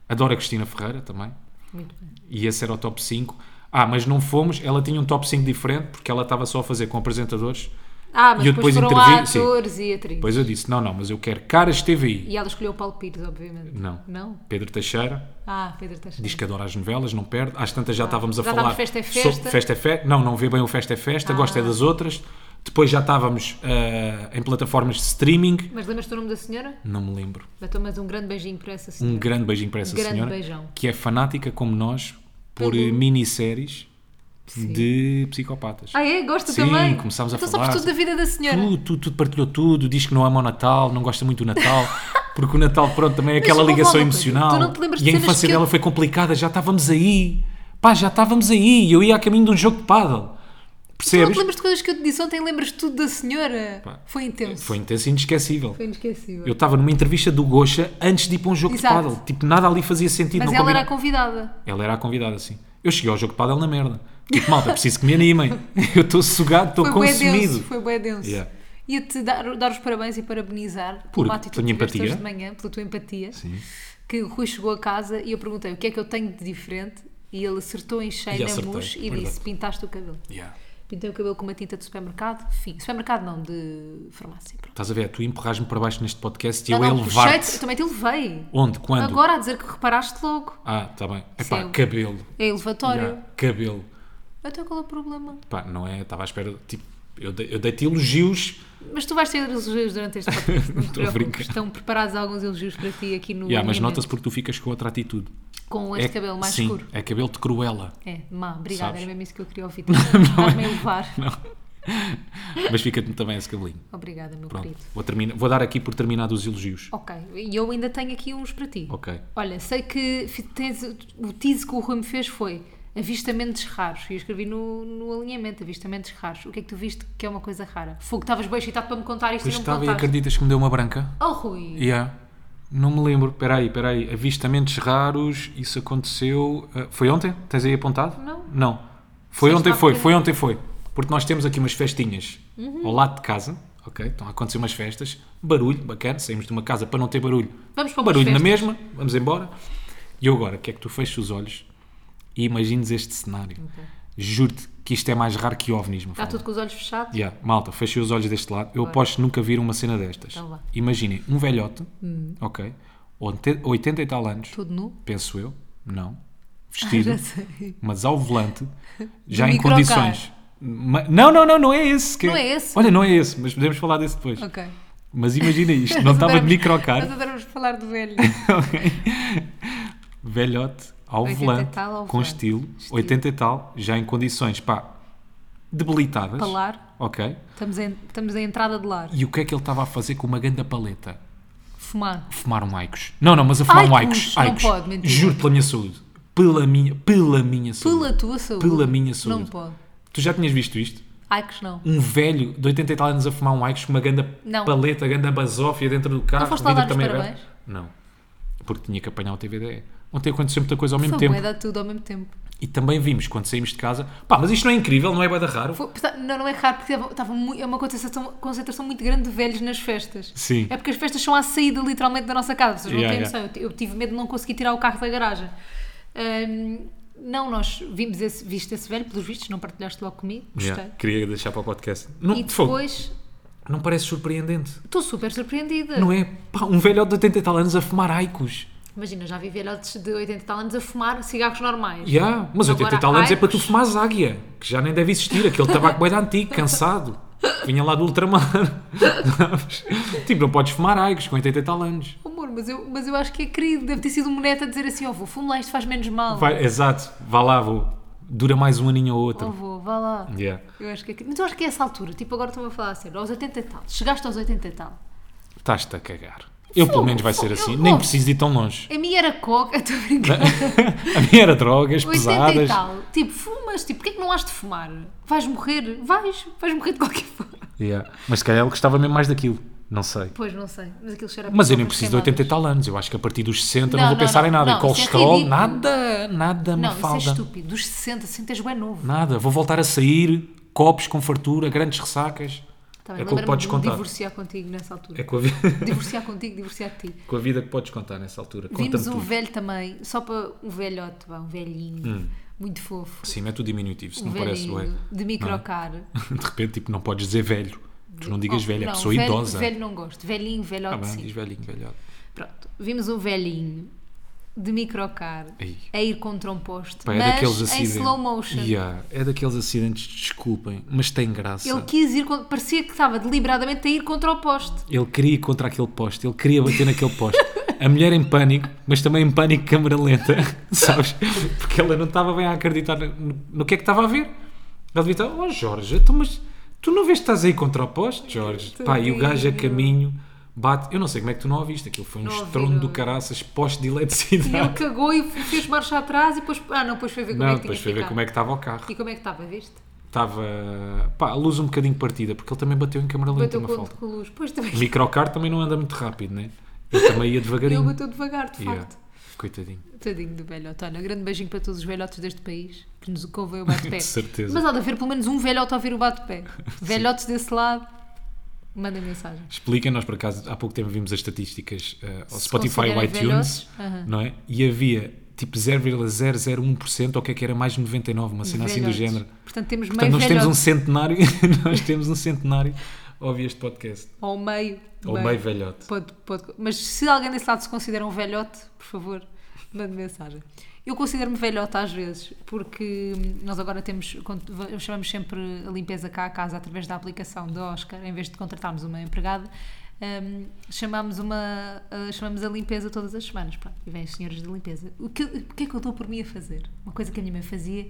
Speaker 2: Adora Cristina Ferreira também.
Speaker 1: Muito bem.
Speaker 2: E esse era o top 5. Ah, mas não fomos, ela tinha um top 5 diferente porque ela estava só a fazer com apresentadores.
Speaker 1: Ah, mas
Speaker 2: E eu
Speaker 1: depois,
Speaker 2: depois
Speaker 1: foram lá
Speaker 2: intervi- sim.
Speaker 1: atores e atrizes.
Speaker 2: Depois eu disse: não, não, mas eu quero caras de TVI.
Speaker 1: E ela escolheu o Paulo Pires, obviamente.
Speaker 2: Não.
Speaker 1: Não?
Speaker 2: Pedro Teixeira,
Speaker 1: Ah, Pedro Teixeira.
Speaker 2: Diz que adora as novelas, não perde. Às tantas já estávamos a
Speaker 1: Ah, Já
Speaker 2: falar.
Speaker 1: estávamos Festa é
Speaker 2: sobre
Speaker 1: Festa. Ah.
Speaker 2: Festa é Fe- Não, não vê bem o Festa é Festa, gosta é das outras. Depois já estávamos ah, em plataformas de streaming.
Speaker 1: Mas lembras-te do nome da senhora?
Speaker 2: Não me lembro.
Speaker 1: Então, mas um grande beijinho para essa senhora.
Speaker 2: Um grande beijinho para essa
Speaker 1: Grande
Speaker 2: senhora.
Speaker 1: beijão.
Speaker 2: Que é fanática como nós por
Speaker 1: Pelo-
Speaker 2: eh, minisséries
Speaker 1: Sim.
Speaker 2: de psicopatas.
Speaker 1: Ah, é? Gosto
Speaker 2: Sim,
Speaker 1: também?
Speaker 2: começámos a
Speaker 1: então
Speaker 2: falar.
Speaker 1: Então, tudo da vida da senhora.
Speaker 2: tudo, tudo, tudo, partilhou tudo. Diz que não ama o Natal, não gosta muito do Natal. Porque o Natal, pronto, também é aquela
Speaker 1: houve
Speaker 2: ligação
Speaker 1: alguma coisa?
Speaker 2: emocional.
Speaker 1: Tu não te lembras
Speaker 2: e
Speaker 1: de
Speaker 2: a
Speaker 1: cenas
Speaker 2: infância
Speaker 1: que eu-
Speaker 2: dela foi complicada, já estávamos aí. Pá, já estávamos aí. Eu ia a caminho de um jogo de pádel.
Speaker 1: Tu não
Speaker 2: Percebes?
Speaker 1: te lembras de coisas que eu te disse ontem? Lembras tudo da senhora? Foi intenso.
Speaker 2: Foi intenso e inesquecível.
Speaker 1: Foi inesquecível.
Speaker 2: Eu estava numa entrevista do Gocha antes de ir para um jogo
Speaker 1: Exato.
Speaker 2: de pádel. Tipo, nada ali fazia sentido.
Speaker 1: Mas
Speaker 2: não
Speaker 1: ela
Speaker 2: combina-
Speaker 1: era a convidada.
Speaker 2: Ela era a convidada, sim. Eu cheguei ao jogo de pádel na merda. Tipo, malta, preciso que me animem. Eu estou sugado, estou
Speaker 1: Foi bué denso.
Speaker 2: consumido.
Speaker 1: Foi bué denso.
Speaker 2: Yeah.
Speaker 1: Ia-te dar, dar os parabéns e parabenizar
Speaker 2: Por
Speaker 1: pela atitude
Speaker 2: tua
Speaker 1: que tiveste
Speaker 2: empatia.
Speaker 1: hoje de manhã, pela tua empatia.
Speaker 2: Sim.
Speaker 1: Que o Rui chegou a casa e eu perguntei o que é que eu tenho de diferente e ele acertou em cheio
Speaker 2: E
Speaker 1: na
Speaker 2: acertei,
Speaker 1: mus e
Speaker 2: verdade.
Speaker 1: disse: pintaste o cabelo.
Speaker 2: Yeah.
Speaker 1: Pintei o cabelo com uma tinta de supermercado, fim. Supermercado não, de farmácia. Pronto.
Speaker 2: Estás a ver? Tu empurras-me para baixo neste podcast e
Speaker 1: Não,
Speaker 2: eu
Speaker 1: não, puxei-te, eu
Speaker 2: elevar-te.
Speaker 1: também te elevei.
Speaker 2: Onde? Quando?
Speaker 1: Agora a dizer que reparaste logo.
Speaker 2: Ah, tá bem. Epá,
Speaker 1: Sim.
Speaker 2: cabelo.
Speaker 1: É elevatório.
Speaker 2: Yeah, Cabelo.
Speaker 1: Até qual é o problema?
Speaker 2: Pá, não é? Estava à espera. Tipo, eu, dei, eu dei-te elogios.
Speaker 1: Mas tu vais ter elogios durante este podcast. não te
Speaker 2: Estou
Speaker 1: preocupes.
Speaker 2: a brincar.
Speaker 1: Estão preparados alguns elogios para ti aqui no.
Speaker 2: Yeah, mas
Speaker 1: alinhamento.
Speaker 2: nota-se porque tu ficas com outra atitude. É
Speaker 1: Com este cabelo mais
Speaker 2: sim,
Speaker 1: escuro.
Speaker 2: É cabelo de cruela.
Speaker 1: É, má, obrigada,
Speaker 2: Sabes?
Speaker 1: era mesmo isso que eu queria ouvir. Estás-me a levar.
Speaker 2: Não. mas fica-te também esse cabelinho.
Speaker 1: Obrigada, meu
Speaker 2: Pronto.
Speaker 1: querido.
Speaker 2: Vou, terminar, vou dar aqui por terminado os elogios.
Speaker 1: Ok, e eu ainda tenho aqui uns para ti.
Speaker 2: Ok.
Speaker 1: Olha, sei que fi- tens, o tease que o Rui me fez foi avistamentos raros. E eu escrevi no, no alinhamento, avistamentos raros. O que é que tu viste que é uma coisa rara? Fogo, estavas bem excitado para me contar isto
Speaker 2: Pois
Speaker 1: e não
Speaker 2: estava
Speaker 1: me
Speaker 2: e
Speaker 1: contaste.
Speaker 2: acreditas que me deu uma branca?
Speaker 1: Oh, Rui,
Speaker 2: Yeah. Não me lembro. Espera aí, espera aí. Avistamentos raros, isso aconteceu. ah, foi ontem? Tens aí apontado?
Speaker 1: Não.
Speaker 2: Não. Foi
Speaker 1: Sexta
Speaker 2: ontem, foi,
Speaker 1: feira.
Speaker 2: foi ontem, foi. Porque nós temos aqui umas festinhas ao lado de casa, ok? Estão a acontecer umas festas, barulho, bacana, saímos de uma casa para não ter barulho.
Speaker 1: Vamos para umas
Speaker 2: Barulho na
Speaker 1: festas.
Speaker 2: mesma, vamos embora. E eu agora, quer que tu feches os olhos e imagines este cenário. Juro-te que isto é mais raro que ovnis, meu
Speaker 1: está
Speaker 2: filho.
Speaker 1: tudo com os olhos fechados?
Speaker 2: Yeah, malta, fechem os olhos deste lado. Eu aposto nunca viram uma cena destas.
Speaker 1: Então vá. Hum.
Speaker 2: Imaginem um velhote, ok, onte- 80 e tal anos,
Speaker 1: Tudo nu?
Speaker 2: penso eu, não,
Speaker 1: Ah,
Speaker 2: vestido,
Speaker 1: já sei.
Speaker 2: mas ao volante, já em
Speaker 1: microcar.
Speaker 2: condições. Ma- Não, não, não, não é esse. que
Speaker 1: Não é esse?
Speaker 2: Olha, não é esse, mas podemos falar desse depois.
Speaker 1: Ok.
Speaker 2: Mas imagina isto, não estava de
Speaker 1: Nós
Speaker 2: microcar,
Speaker 1: adoramos falar do velho.
Speaker 2: ok? Velhote, ao
Speaker 1: 80 e
Speaker 2: volante,
Speaker 1: tal, ao
Speaker 2: com
Speaker 1: volante.
Speaker 2: estilo,
Speaker 1: Estilo.
Speaker 2: 80 e tal, já em condições, pá, debilitadas.
Speaker 1: Falar.
Speaker 2: Ok.
Speaker 1: Estamos em, estamos em entrada de lar.
Speaker 2: E o que é que ele estava a fazer com uma ganda paleta?
Speaker 1: Fumar.
Speaker 2: Fumar um Aicos. Não, não, mas a fumar um
Speaker 1: Aicos,
Speaker 2: Aicos.
Speaker 1: não pode, mentira.
Speaker 2: Juro pela minha saúde. Pela minha, pela minha saúde.
Speaker 1: Pela tua saúde.
Speaker 2: Pela minha saúde.
Speaker 1: Não pode.
Speaker 2: Tu já tinhas visto isto?
Speaker 1: Aikos não.
Speaker 2: Um velho de 80 e tal anos a fumar um Aicos com uma ganda
Speaker 1: Não.
Speaker 2: paleta, ganda basófia dentro do carro.
Speaker 1: Não foste lá
Speaker 2: vidro
Speaker 1: dar-nos
Speaker 2: aberto.
Speaker 1: parabéns?
Speaker 2: Não. Porque tinha que apanhar o TVDE. Ontem aconteceu muita coisa ao mesmo
Speaker 1: Foi
Speaker 2: tempo.
Speaker 1: moeda tudo ao mesmo tempo.
Speaker 2: E também vimos quando saímos de casa. Pá, mas isto não é incrível, não é bué da raro?
Speaker 1: Foi- porta- não, não é raro, porque estava- estava mui- é uma concentração, concentração muito grande de velhos nas festas.
Speaker 2: Sim.
Speaker 1: É porque as festas são à saída, literalmente, da nossa casa. Vocês
Speaker 2: Yeah,
Speaker 1: não têm
Speaker 2: yeah.
Speaker 1: noção. Eu, eu tive medo de não conseguir tirar o carro da garagem. Ahm, não, nós vimos esse, viste esse velho, pelos vistos, não partilhaste logo comigo. Gostei.
Speaker 2: Yeah, Queria deixar para o podcast. Não,
Speaker 1: E
Speaker 2: de fogo,
Speaker 1: depois,
Speaker 2: não parece surpreendente.
Speaker 1: estou super surpreendida.
Speaker 2: Não é? Pá, um velhote de 80 e tal anos a fumar aicos.
Speaker 1: Imagina, já vi velhotes de 80 e tal anos a fumar cigarros normais.
Speaker 2: Yeah, mas 80 e
Speaker 1: Agora,
Speaker 2: tal anos é para tu
Speaker 1: Aicos.
Speaker 2: fumares águia, que já nem deve existir, aquele tabaco bem antigo, cansado. Vinha lá do ultramar. Sabes? tipo, não podes fumar aicos com 80 e tal anos.
Speaker 1: Oh, Amor, mas eu, mas eu acho que é querido. Deve ter sido um neto a dizer assim: ó, vou fumo lá, isto faz menos mal.
Speaker 2: Vai, exato, vá lá, vou. Dura mais um aninho ou
Speaker 1: Ó,
Speaker 2: outro.
Speaker 1: Oh, vou, vá lá.
Speaker 2: Yeah.
Speaker 1: Eu acho que é que- Mas eu acho que é essa altura. Tipo, agora estou-me a falar a sério. Aos 80 e tal. Chegaste aos 80 e tal.
Speaker 2: Estás-te a cagar. Eu, pelo
Speaker 1: Fogo,
Speaker 2: menos, vai ser
Speaker 1: fogo,
Speaker 2: assim.
Speaker 1: eu
Speaker 2: Nem
Speaker 1: gosto.
Speaker 2: preciso ir tão longe.
Speaker 1: A minha era coca. Estou a brincar.
Speaker 2: a minha era drogas
Speaker 1: 80 e
Speaker 2: pesadas.
Speaker 1: tal. Tipo, fumas. Tipo, porquê é que não has de fumar? Vais morrer. Vais. Vais morrer de qualquer forma.
Speaker 2: Yeah. Mas se calhar ele gostava mesmo mais daquilo. Não sei.
Speaker 1: Pois, não sei. Mas aquilo cheira a
Speaker 2: Mas eu
Speaker 1: pipocas
Speaker 2: nem preciso de 80 e tal anos. Eu acho que a partir dos 60 não,
Speaker 1: Não,
Speaker 2: vou
Speaker 1: não,
Speaker 2: pensar em
Speaker 1: não,
Speaker 2: nada.
Speaker 1: não, isso é
Speaker 2: Colesterol,
Speaker 1: ridículo.
Speaker 2: nada, nada,
Speaker 1: Não,
Speaker 2: Mafalda.
Speaker 1: isso é estúpido. Dos 60, 60 és bem novo.
Speaker 2: Nada. Vou voltar a sair, copos com fartura, grandes ressacas.
Speaker 1: Tá
Speaker 2: é
Speaker 1: bem,
Speaker 2: com o que
Speaker 1: lembra-me
Speaker 2: podes
Speaker 1: de me
Speaker 2: contar.
Speaker 1: divorciar contigo nessa altura.
Speaker 2: É com a, vi-
Speaker 1: Divorciar contigo, divorciar de ti.
Speaker 2: com a vida que podes contar nessa altura.
Speaker 1: Vimos
Speaker 2: Conta-me
Speaker 1: um
Speaker 2: tudo.
Speaker 1: velho também, só para um velhote, vá, um velhinho, muito fofo.
Speaker 2: Sim, mete o diminutivo, se
Speaker 1: Um
Speaker 2: não Hum. parece, ué.
Speaker 1: velhinho, de microcar.
Speaker 2: De repente, tipo, não podes dizer velho. Tu não digas
Speaker 1: Oh,
Speaker 2: velho, é
Speaker 1: não,
Speaker 2: pessoa
Speaker 1: velho,
Speaker 2: idosa.
Speaker 1: Velho não gosto, velhinho, velhote
Speaker 2: Ah, bem,
Speaker 1: sim.
Speaker 2: diz velhinho, velhote.
Speaker 1: Pronto, vimos um velhinho de microcar
Speaker 2: Ei.
Speaker 1: a ir contra um poste,
Speaker 2: Pá, é
Speaker 1: mas
Speaker 2: daqueles
Speaker 1: em
Speaker 2: acidentes.
Speaker 1: slow motion.
Speaker 2: Yeah, é daqueles acidentes, desculpem, mas tem graça.
Speaker 1: Ele quis ir, con- parecia que estava deliberadamente a ir contra o poste.
Speaker 2: Ele queria ir contra aquele poste, ele queria bater naquele poste. A mulher em pânico, mas também em pânico câmera lenta, sabes? Porque ela não estava bem a acreditar no, no- no que é que estava a ver. Ela devia estar, oh Jorge, então, mas tu não vês que estás aí contra o poste, Jorge? Pá, e o gajo a caminho bate, eu não sei como é que tu não a viste, aquilo foi um
Speaker 1: Não ouvi,
Speaker 2: estrondo
Speaker 1: não
Speaker 2: do
Speaker 1: ouvi.
Speaker 2: caraças, poste de
Speaker 1: E ele
Speaker 2: eletricidade.
Speaker 1: cagou e fez marcha atrás e depois. Ah, não, depois foi ver como
Speaker 2: Não,
Speaker 1: é que tinha
Speaker 2: depois foi ver
Speaker 1: ficado.
Speaker 2: como é que estava o carro.
Speaker 1: E como é que estava, viste?
Speaker 2: Estava, pá, a luz um bocadinho partida, porque ele também bateu em câmera lenta,
Speaker 1: Bateu
Speaker 2: uma
Speaker 1: com,
Speaker 2: falta.
Speaker 1: com luz. Pois também.
Speaker 2: O microcar também não anda muito rápido, né? Ele também ia devagarinho.
Speaker 1: Ele bateu devagar, de
Speaker 2: Yeah.
Speaker 1: facto.
Speaker 2: Coitadinho.
Speaker 1: Tadinho do velhote. Olha, um grande beijinho para todos os velhotes deste país, que nos convém o bate-pé.
Speaker 2: De certeza.
Speaker 1: Mas há de haver pelo menos um velhote a ouvir o bate-pé. Velhotes desse lado, mandem mensagem.
Speaker 2: Expliquem, nós por acaso há pouco tempo vimos as estatísticas eh, ao
Speaker 1: Se
Speaker 2: Spotify e
Speaker 1: considerem
Speaker 2: iTunes,
Speaker 1: velhotes, aham.
Speaker 2: não é? E havia tipo 0,001% ou o que é que era mais de 99, uma cena assim do
Speaker 1: Velhotes.
Speaker 2: género.
Speaker 1: Portanto, temos
Speaker 2: Portanto,
Speaker 1: meio
Speaker 2: nós
Speaker 1: velhote.
Speaker 2: temos um centenário, nós temos um centenário a ouvir este podcast.
Speaker 1: Ou meio.
Speaker 2: um Ou meio velhote.
Speaker 1: Pode- pode- Mas se alguém desse lado se considera um velhote, por favor, mande mensagem. Eu considero-me velhote às vezes, porque hum, nós agora temos, quando va- chamamos sempre a limpeza cá à casa através da aplicação da Oscar, em vez de contratarmos uma empregada, hum, chamamos, uma, ah, chamamos a limpeza todas as semanas. Pronto, e vêm os senhores de limpeza. O que, o que é que eu dou por mim a fazer? Uma coisa que a minha mãe fazia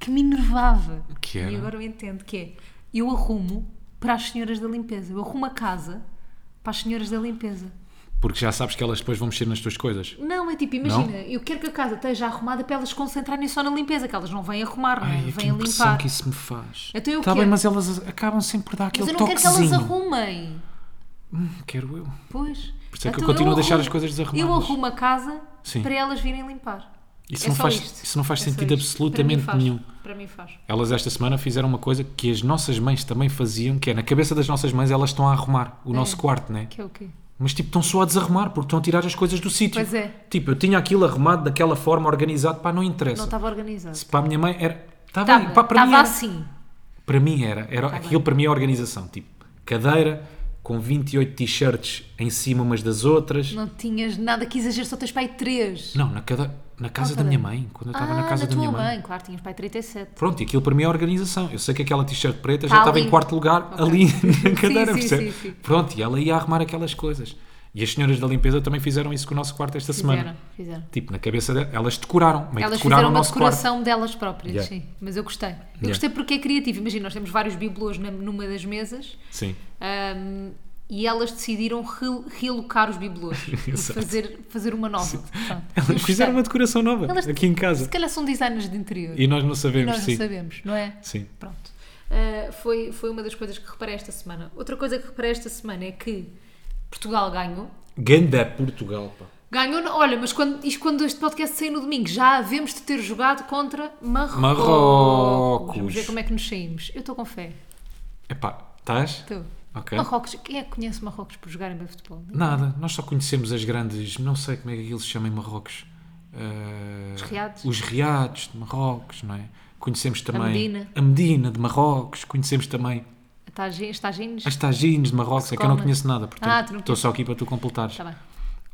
Speaker 1: que me enervava.
Speaker 2: Que
Speaker 1: E
Speaker 2: era?
Speaker 1: agora eu entendo que é, eu arrumo para as senhoras da limpeza. Eu arrumo a casa para as senhoras da limpeza.
Speaker 2: Porque já sabes que elas depois vão mexer nas tuas coisas.
Speaker 1: Não, é tipo, imagina, eu quero que a casa esteja arrumada para elas se concentrarem só na limpeza, que elas não vêm arrumar, não é?
Speaker 2: Ai, que
Speaker 1: vêm
Speaker 2: impressão
Speaker 1: limpar.
Speaker 2: que isso me faz.
Speaker 1: Então eu
Speaker 2: Tá bem,
Speaker 1: quero.
Speaker 2: mas elas acabam sempre por dar aquele
Speaker 1: Mas eu não quero que
Speaker 2: toquezinho.
Speaker 1: elas arrumem.
Speaker 2: Quero eu.
Speaker 1: Pois. Então,
Speaker 2: Por isso é que eu continuo a deixar as coisas desarrumadas.
Speaker 1: Eu arrumo a casa
Speaker 2: Sim.
Speaker 1: para elas virem limpar.
Speaker 2: Isso
Speaker 1: É
Speaker 2: não
Speaker 1: só
Speaker 2: faz-
Speaker 1: isto.
Speaker 2: isso não faz
Speaker 1: É só
Speaker 2: sentido
Speaker 1: isto.
Speaker 2: absolutamente
Speaker 1: Para mim faz.
Speaker 2: nenhum.
Speaker 1: Para mim faz.
Speaker 2: Elas esta semana fizeram uma coisa que as nossas mães também faziam, que é na cabeça das nossas mães elas estão a arrumar o nosso quarto, né?
Speaker 1: Que é o quê?
Speaker 2: Mas tipo, estão só a desarrumar porque estão a tirar as coisas do sítio.
Speaker 1: Pois é.
Speaker 2: Tipo, eu tinha aquilo arrumado daquela forma, organizado, pá, não
Speaker 1: Não
Speaker 2: interessa.
Speaker 1: estava organizado.
Speaker 2: Se para a minha mãe era. Tá bem,
Speaker 1: Estava
Speaker 2: pá, para mim
Speaker 1: estava
Speaker 2: era.
Speaker 1: assim. Tá
Speaker 2: Para mim era. era aquilo para mim é organização. Tipo, cadeira com 28 t-shirts em cima umas das outras.
Speaker 1: Não tinhas nada que exagero, só tens pai 3.
Speaker 2: Não, na, cade... na casa
Speaker 1: cadeira?
Speaker 2: da minha mãe. Quando eu estava
Speaker 1: Ah,
Speaker 2: na casa da minha mãe.
Speaker 1: claro, tinhas pai 37.
Speaker 2: Pronto, e aquilo para mim é organização. Eu sei que aquela t-shirt preta já
Speaker 1: Tá
Speaker 2: estava
Speaker 1: ali.
Speaker 2: em quarto lugar
Speaker 1: Ok.
Speaker 2: ali
Speaker 1: Sim,
Speaker 2: na cadeira,
Speaker 1: sim,
Speaker 2: percebe?
Speaker 1: sim, sim.
Speaker 2: Pronto, e ela ia arrumar aquelas coisas. E as senhoras da limpeza também fizeram isso com o nosso quarto esta
Speaker 1: Fizeram,
Speaker 2: semana.
Speaker 1: fizeram.
Speaker 2: Tipo, na cabeça delas, elas decoraram, meio que
Speaker 1: Elas
Speaker 2: decoraram
Speaker 1: fizeram
Speaker 2: o
Speaker 1: uma
Speaker 2: nosso quarto.
Speaker 1: decoração delas próprias,
Speaker 2: Yeah.
Speaker 1: sim. Mas eu gostei. Eu
Speaker 2: Yeah.
Speaker 1: gostei porque é criativo. Imagina, nós temos vários bibelôs na- numa das mesas
Speaker 2: Sim.
Speaker 1: ahm, e elas decidiram re- realocar os bibelôs. e
Speaker 2: Exato.
Speaker 1: fazer, fazer uma nova. Pronto. Eu
Speaker 2: Elas
Speaker 1: gostei.
Speaker 2: fizeram uma decoração nova
Speaker 1: Elas-
Speaker 2: aqui em
Speaker 1: Se
Speaker 2: casa.
Speaker 1: calhar são designers de interior.
Speaker 2: E nós não sabemos,
Speaker 1: nós não
Speaker 2: sim.
Speaker 1: sabemos, não é?
Speaker 2: Sim.
Speaker 1: Pronto. Ah, foi, foi uma das coisas que reparei esta semana. Outra coisa que reparei esta semana é que Portugal ganhou.
Speaker 2: Ganda Portugal, pá.
Speaker 1: Ganhou, no- olha, mas quando, isto, quando este podcast sair no domingo, já havemos de ter jogado contra Marrocos.
Speaker 2: Marrocos.
Speaker 1: Vamos ver como é que nos saímos. Eu estou com fé.
Speaker 2: Epá, estás?
Speaker 1: Estou.
Speaker 2: Ok.
Speaker 1: Marrocos, quem é que conhece Marrocos por jogarem bem futebol?
Speaker 2: Nada, nós só conhecemos as grandes, não sei como é que aquilo se chama em Marrocos. Ah,
Speaker 1: Os riados.
Speaker 2: Os riados de Marrocos, não é? Conhecemos também
Speaker 1: Medina.
Speaker 2: a Medina de Marrocos, conhecemos também
Speaker 1: Está gênios?
Speaker 2: as tagines de Marrocos, é que eu não
Speaker 1: come.
Speaker 2: conheço nada, portanto
Speaker 1: Ah, tu não
Speaker 2: estou
Speaker 1: conheces. Tá
Speaker 2: só aqui para tu completares.
Speaker 1: Está bem.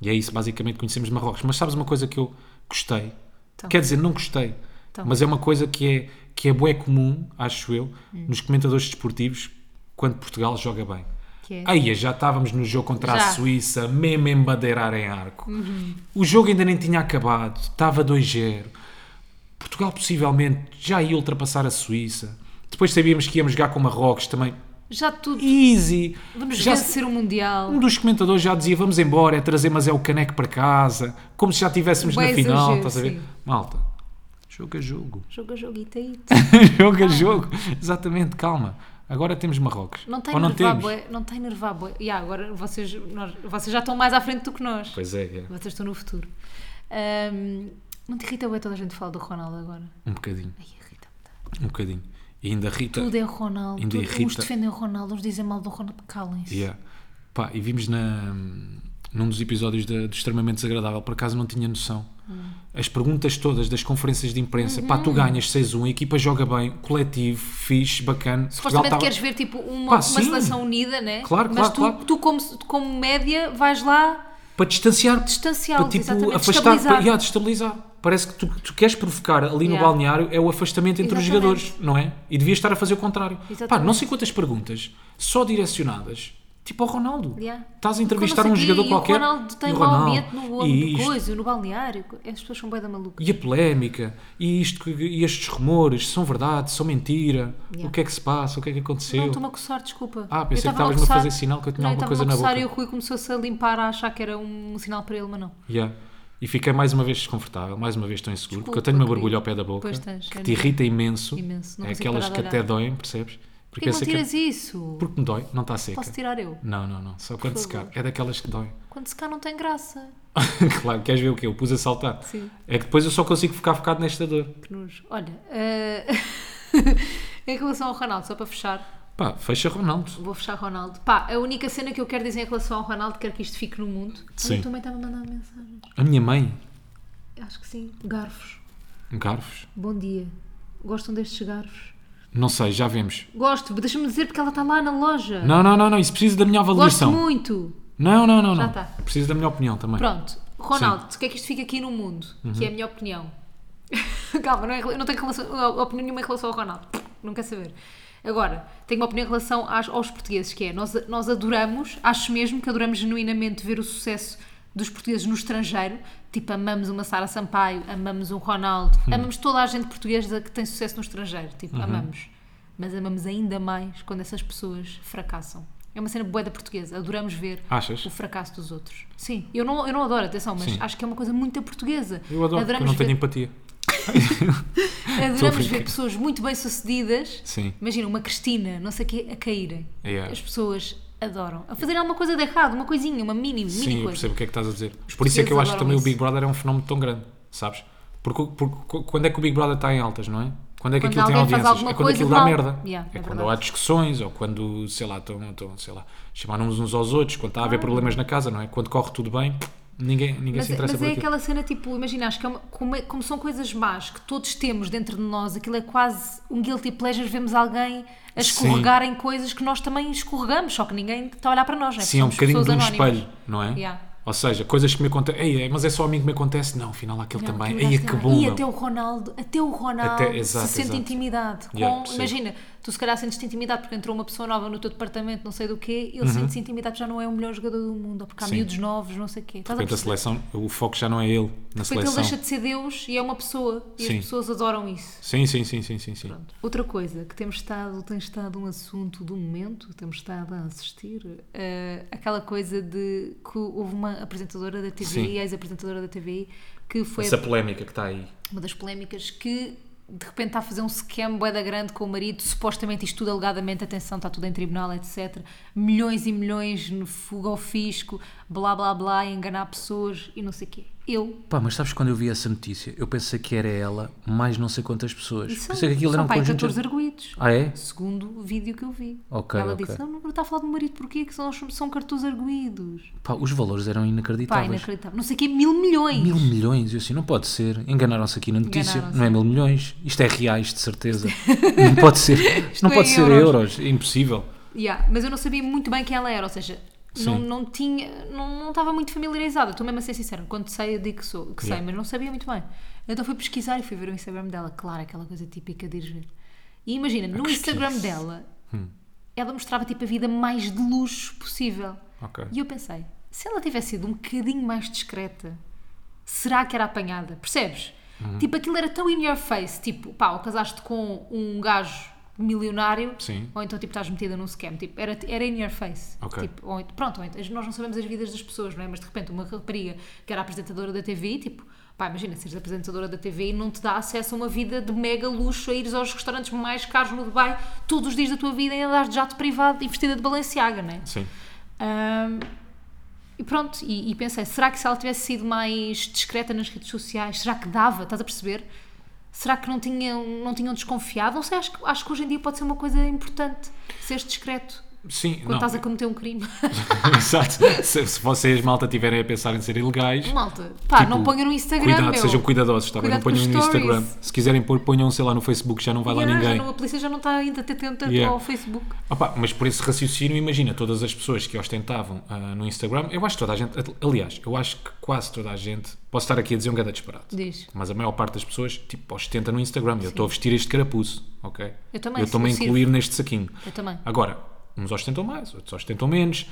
Speaker 2: E é isso, basicamente conhecemos Marrocos. Mas sabes uma coisa que eu gostei?
Speaker 1: Então.
Speaker 2: Quer dizer, não gostei,
Speaker 1: Então.
Speaker 2: mas é uma coisa que é, que é bué comum, acho eu,
Speaker 1: Hum.
Speaker 2: nos comentadores desportivos, quando Portugal joga bem.
Speaker 1: Que é?
Speaker 2: Aí já estávamos no jogo contra
Speaker 1: Já. Uhum.
Speaker 2: a Suíça, mesmo em bandeirar em arco. O jogo ainda nem tinha acabado, estava 2-0. Portugal possivelmente já ia ultrapassar a Suíça. Depois sabíamos que íamos jogar com Marrocos também.
Speaker 1: Já tudo.
Speaker 2: Easy.
Speaker 1: Vamos
Speaker 2: já
Speaker 1: vencer o Mundial.
Speaker 2: um dos comentadores já dizia: vamos embora, é trazer, mas é o caneco para casa, como se já estivéssemos na
Speaker 1: Bué
Speaker 2: final.
Speaker 1: exagero,
Speaker 2: estás a ver?
Speaker 1: sim.
Speaker 2: Malta, jogo a jogo.
Speaker 1: Jogo a jogo, ita, ita.
Speaker 2: jogo a jogo. Exatamente, calma. Agora temos Marrocos.
Speaker 1: Não está a
Speaker 2: Ou não
Speaker 1: enervar,
Speaker 2: temos?
Speaker 1: bué. Não está a enervar, bué. E há, agora vocês, nós- vocês já estão mais à frente do que nós.
Speaker 2: Pois é, é,
Speaker 1: Vocês estão no futuro. Ahm, não te irrita bem toda a gente fala do Ronaldo agora?
Speaker 2: um bocadinho,
Speaker 1: Ai, irrita
Speaker 2: um bocadinho. E ainda Rita.
Speaker 1: Tudo é o Ronaldo.
Speaker 2: Ainda
Speaker 1: tudo- Uns
Speaker 2: irrita.
Speaker 1: defendem o Ronaldo, uns dizem mal do Ronaldo. Calem-se.
Speaker 2: Yeah. Pá, e vimos na, num dos episódios da- do Extremamente Desagradável, por acaso não tinha noção.
Speaker 1: Hum.
Speaker 2: As perguntas todas das conferências de imprensa, pá,
Speaker 1: Uhum.
Speaker 2: tu ganhas 6-1, a equipa joga bem, coletivo, fixe, bacana.
Speaker 1: Supostamente
Speaker 2: Portugal tava-
Speaker 1: queres ver tipo uma,
Speaker 2: Pá,
Speaker 1: uma
Speaker 2: sim.
Speaker 1: seleção unida, né?
Speaker 2: Claro,
Speaker 1: Mas
Speaker 2: claro,
Speaker 1: tu,
Speaker 2: claro.
Speaker 1: tu como, como média, vais lá
Speaker 2: Para distanciar
Speaker 1: distanciá-los,
Speaker 2: para tipo,
Speaker 1: exatamente,
Speaker 2: afastar, para,
Speaker 1: estabilizar.
Speaker 2: yeah, destabilizar. Parece que tu, tu queres provocar ali no
Speaker 1: Yeah.
Speaker 2: balneário é o afastamento entre os
Speaker 1: Exatamente.
Speaker 2: jogadores, não é? E devias estar a fazer o contrário. Pá,
Speaker 1: Exatamente.
Speaker 2: não sei quantas perguntas, só direcionadas, tipo ao Ronaldo.
Speaker 1: Yeah.
Speaker 2: Estás a entrevistar
Speaker 1: Como não
Speaker 2: um
Speaker 1: sei
Speaker 2: jogador
Speaker 1: quê,
Speaker 2: qualquer.
Speaker 1: E o Ronaldo tem
Speaker 2: e o
Speaker 1: mau
Speaker 2: Ronaldo,
Speaker 1: ambiente no,
Speaker 2: e
Speaker 1: no
Speaker 2: isto,
Speaker 1: coisas, no balneário. As pessoas são bem da maluca.
Speaker 2: e a polémica, e, isto, que- e estes rumores, são verdade, são mentira,
Speaker 1: Yeah.
Speaker 2: o que é que se passa, o que é que
Speaker 1: Não,
Speaker 2: aconteceu.
Speaker 1: estou-me a coçar, desculpa.
Speaker 2: Ah, pensei
Speaker 1: Eu estava-me
Speaker 2: que estavas-me a
Speaker 1: coçar.
Speaker 2: fazer sinal que eu tinha
Speaker 1: não,
Speaker 2: alguma
Speaker 1: eu estava-me
Speaker 2: coisa na
Speaker 1: a coçar E
Speaker 2: boca.
Speaker 1: o Rui começou-se a limpar a achar que era um sinal para ele, mas não.
Speaker 2: Yeah. E fiquei mais uma vez desconfortável, mais uma vez tão inseguro,
Speaker 1: Desculpa,
Speaker 2: porque eu tenho uma
Speaker 1: querido.
Speaker 2: barulha ao pé da boca
Speaker 1: Pois tens,
Speaker 2: que
Speaker 1: eu
Speaker 2: te
Speaker 1: não-
Speaker 2: irrita imenso.
Speaker 1: Imenso, não
Speaker 2: é
Speaker 1: consigo
Speaker 2: aquelas
Speaker 1: parar
Speaker 2: que
Speaker 1: de
Speaker 2: até
Speaker 1: olhar.
Speaker 2: doem, percebes?
Speaker 1: Por
Speaker 2: Porque
Speaker 1: que não
Speaker 2: pensa que-
Speaker 1: tiras isso?
Speaker 2: Porque me dói, não está seca.
Speaker 1: Posso tirar eu?
Speaker 2: Não, não, não. Só quando
Speaker 1: Por
Speaker 2: secar.
Speaker 1: favor.
Speaker 2: É daquelas que dói.
Speaker 1: Quando secar não tem graça.
Speaker 2: claro, queres ver o quê? Eu pus a saltar.
Speaker 1: Sim.
Speaker 2: É que depois eu só consigo ficar focado nesta dor.
Speaker 1: Que nojo. Olha, eh, em relação ao Ronaldo, só para fechar,
Speaker 2: Pá, fecha Ronaldo.
Speaker 1: vou fechar Ronaldo. Pá, a única cena que eu quero dizer em relação ao Ronaldo, quero que isto fique no mundo.
Speaker 2: Sim.
Speaker 1: A tua mãe estava a mandar mensagem.
Speaker 2: A minha mãe,
Speaker 1: Acho que sim. Garfos.
Speaker 2: garfos.
Speaker 1: Bom dia. Gostam destes garfos?
Speaker 2: Não sei, já vemos.
Speaker 1: Gosto, deixa-me dizer porque ela está lá na loja.
Speaker 2: Não, não, não, não. Isso precisa da minha
Speaker 1: Gosto
Speaker 2: avaliação.
Speaker 1: muito.
Speaker 2: Não, não, não.
Speaker 1: Já
Speaker 2: não.
Speaker 1: tá.
Speaker 2: Preciso da minha opinião também.
Speaker 1: Pronto, Ronaldo, o que é que isto fica aqui no mundo? Que é a minha opinião. Calma, não, é- eu não tenho relação- uh, opinião nenhuma em relação ao Ronaldo. Não quer saber. Agora, tenho uma opinião em relação às- aos portugueses, que é, nós, nós adoramos, acho mesmo que adoramos genuinamente ver o sucesso dos portugueses no estrangeiro, tipo, amamos uma Sara Sampaio, amamos um Ronaldo, amamos toda a gente portuguesa que tem sucesso no estrangeiro, tipo, amamos. Mas amamos ainda mais quando essas pessoas fracassam. É uma cena boeda portuguesa, adoramos ver
Speaker 2: Achas?
Speaker 1: o fracasso dos outros. Sim, eu não, eu não adoro, atenção, mas
Speaker 2: Sim.
Speaker 1: acho que é uma coisa muito portuguesa.
Speaker 2: Eu adoro, porque eu não
Speaker 1: ver,
Speaker 2: tenho empatia. Estou a
Speaker 1: adoramos ver
Speaker 2: brincar.
Speaker 1: pessoas muito bem-sucedidas.
Speaker 2: Sim.
Speaker 1: Imagina, uma Cristina, não sei o quê, a caírem.
Speaker 2: Yeah.
Speaker 1: As pessoas adoram. A fazerem alguma coisa de errado, uma coisinha, uma mínima,
Speaker 2: Sim,
Speaker 1: mini
Speaker 2: eu
Speaker 1: coisa.
Speaker 2: percebo o que é que estás a dizer. Por isso é que eu
Speaker 1: portugueses
Speaker 2: acho que também
Speaker 1: adoram
Speaker 2: o Big Brother é um fenómeno tão grande, sabes? Porque, o- porque co- quando é que o Big Brother está em altas, não é? Quando é que
Speaker 1: Quando
Speaker 2: aquilo tem
Speaker 1: alguém faz
Speaker 2: audiências?
Speaker 1: alguma
Speaker 2: É quando
Speaker 1: coisa
Speaker 2: aquilo
Speaker 1: de
Speaker 2: dá
Speaker 1: mal.
Speaker 2: merda.
Speaker 1: Yeah,
Speaker 2: é
Speaker 1: é
Speaker 2: quando
Speaker 1: verdade.
Speaker 2: há discussões, ou quando, sei lá, estão, estão, sei lá, chamar uns uns aos outros, quando está a haver problemas na casa, não é? Quando corre tudo bem, ninguém, ninguém
Speaker 1: Ah. Mas,
Speaker 2: se interessa
Speaker 1: mas
Speaker 2: por
Speaker 1: é
Speaker 2: aquilo.
Speaker 1: aquela cena tipo, imagina, acho que é uma- como, é- como são coisas más que todos temos dentro de nós, aquilo é quase um guilty pleasure, vemos alguém a escorregar em coisas que nós também escorregamos, só que ninguém está a olhar para nós, não é?
Speaker 2: Sim, é um
Speaker 1: Porque
Speaker 2: bocadinho
Speaker 1: somos
Speaker 2: de um
Speaker 1: pessoas anónimas.
Speaker 2: espelho, não é?
Speaker 1: Yeah.
Speaker 2: Ou seja, coisas que me acontecem, Ei, é, mas é só a mim que me acontece? Não, afinal aquele
Speaker 1: Não,
Speaker 2: também.
Speaker 1: aquele
Speaker 2: Ei,
Speaker 1: gajo
Speaker 2: que
Speaker 1: também.
Speaker 2: bom,
Speaker 1: E
Speaker 2: meu.
Speaker 1: até o Ronaldo, até o Ronaldo
Speaker 2: Até- exato,
Speaker 1: se sente
Speaker 2: exato.
Speaker 1: intimidade. com-
Speaker 2: Yeah, percebo.
Speaker 1: imagina, tu se calhar sentes-te intimidade porque entrou uma pessoa nova no teu departamento, não sei do quê, ele sente-se intimidade, já não é o melhor jogador do mundo, ou porque há
Speaker 2: Uhum. Sim.
Speaker 1: miúdos novos, não sei o quê. Estás a
Speaker 2: Portanto, a
Speaker 1: perceber?
Speaker 2: seleção, o foco já não é ele na
Speaker 1: Porque ele
Speaker 2: seleção.
Speaker 1: deixa de ser Deus e é uma pessoa, e
Speaker 2: Sim.
Speaker 1: as pessoas adoram isso.
Speaker 2: Sim, sim, sim, sim, sim, sim.
Speaker 1: Pronto. Outra coisa que temos estado, tem estado um assunto do momento, temos estado a assistir, eh, aquela coisa de que houve uma apresentadora da TVI,
Speaker 2: Sim.
Speaker 1: ex-apresentadora da TVI, que foi
Speaker 2: Essa polémica que está aí.
Speaker 1: uma das polémicas que de repente está a fazer um scam boeda grande com o marido, supostamente isto tudo alegadamente, atenção, está tudo em tribunal, etc. Milhões e milhões no fuga ao fisco, blá blá blá, enganar pessoas e não sei o quê. Eu,
Speaker 4: Pá, mas sabes quando eu vi essa notícia? Eu pensei que era ela, mais não sei quantas pessoas.
Speaker 1: isso é
Speaker 4: Pensei que aquilo era um
Speaker 1: pai,
Speaker 4: conjunto.
Speaker 1: 14
Speaker 4: de-
Speaker 1: arguídos.
Speaker 4: Ah, é?
Speaker 1: Segundo o vídeo que eu vi.
Speaker 4: Ok,
Speaker 1: Ela
Speaker 4: ok.
Speaker 1: disse, não, não está a falar do marido, porquê? Que são, são cartões arguídos.
Speaker 4: Pá, os valores eram
Speaker 1: Pá,
Speaker 4: inacreditáveis.
Speaker 1: inacreditável. Não sei o quê, mil milhões.
Speaker 4: Tá, Mil milhões, eu assim, não pode ser. Enganaram-se aqui na notícia,
Speaker 1: Enganaram-se.
Speaker 4: não é mil milhões. Isto é reais, de certeza. não pode ser. não
Speaker 1: é
Speaker 4: pode ser
Speaker 1: euros.
Speaker 4: euros, é impossível.
Speaker 1: Yeah, mas eu não sabia muito bem quem ela era, ou seja, não,
Speaker 4: Sim.
Speaker 1: não tinha, não, não estava muito familiarizada, estou mesmo a ser sincera, quando sei eu digo que, sou, que sei,
Speaker 2: Yeah.
Speaker 1: mas não sabia muito bem. Então fui pesquisar e fui ver o Instagram dela, claro, aquela coisa típica de ir ver. E imagina, no Instagram dela,
Speaker 4: Hum.
Speaker 1: ela mostrava tipo a vida mais de luxo possível.
Speaker 2: Ok.
Speaker 1: E eu pensei, se ela tivesse sido um bocadinho mais discreta, será que era apanhada? Percebes?
Speaker 2: Uhum.
Speaker 1: Tipo, aquilo era tão in your face, tipo, pá, ou casaste com um gajo milionário,
Speaker 2: Sim.
Speaker 1: ou então tipo, estás metida num scam, tipo, era, era in your face.
Speaker 2: Ok.
Speaker 1: Tipo, ou ent- pronto, ou ent- nós não sabemos as vidas das pessoas, não é? Mas de repente uma rapariga que era apresentadora da TV, tipo, pá, imagina, seres apresentadora da TV e não te dá acesso a uma vida de mega luxo, a ires aos restaurantes mais caros no Dubai todos os dias da tua vida e andares de jato privado e vestida de Balenciaga, não é?
Speaker 2: Sim.
Speaker 1: Ahm, e pronto, e, e pensei, será que se ela tivesse sido mais discreta nas redes sociais, será que dava? Estás a perceber? Será que não tinham, não tinham desconfiado? Não sei, acho, que- acho que hoje em dia pode ser uma coisa importante, seres discreto
Speaker 2: Sim,
Speaker 1: quando
Speaker 2: não.
Speaker 1: estás a cometer um crime.
Speaker 2: Exato. Se, se vocês, malta, tiverem a pensar em ser ilegais,
Speaker 1: Malta, pá,
Speaker 2: Tipo,
Speaker 1: não ponham no Instagram,
Speaker 2: cuidado,
Speaker 1: meu.
Speaker 2: sejam cuidadosos, tá bem? Não
Speaker 1: Cuidado com
Speaker 2: ponham no
Speaker 1: os
Speaker 2: Instagram.
Speaker 1: stories.
Speaker 2: Se quiserem pôr, ponham, sei lá, no Facebook, já não vai lá
Speaker 1: Yeah, já
Speaker 2: ninguém.
Speaker 1: não- a polícia já não está ainda atenta
Speaker 2: Yeah.
Speaker 1: ao Facebook.
Speaker 2: Opa, mas por esse raciocínio, imagina, todas as pessoas que ostentavam ah, no Instagram, eu acho que toda a gente, aliás, eu acho que quase toda a gente, posso estar aqui a dizer um gada disparate,
Speaker 1: Diz.
Speaker 2: mas a maior parte das pessoas, tipo, ostenta no Instagram, eu estou a vestir este carapuço, ok?
Speaker 1: Eu também, assim.
Speaker 2: Eu estou-me a
Speaker 1: sim, eu
Speaker 2: incluir neste saquinho.
Speaker 1: Eu também.
Speaker 2: Agora, uns ostentam mais, outros ostentam menos.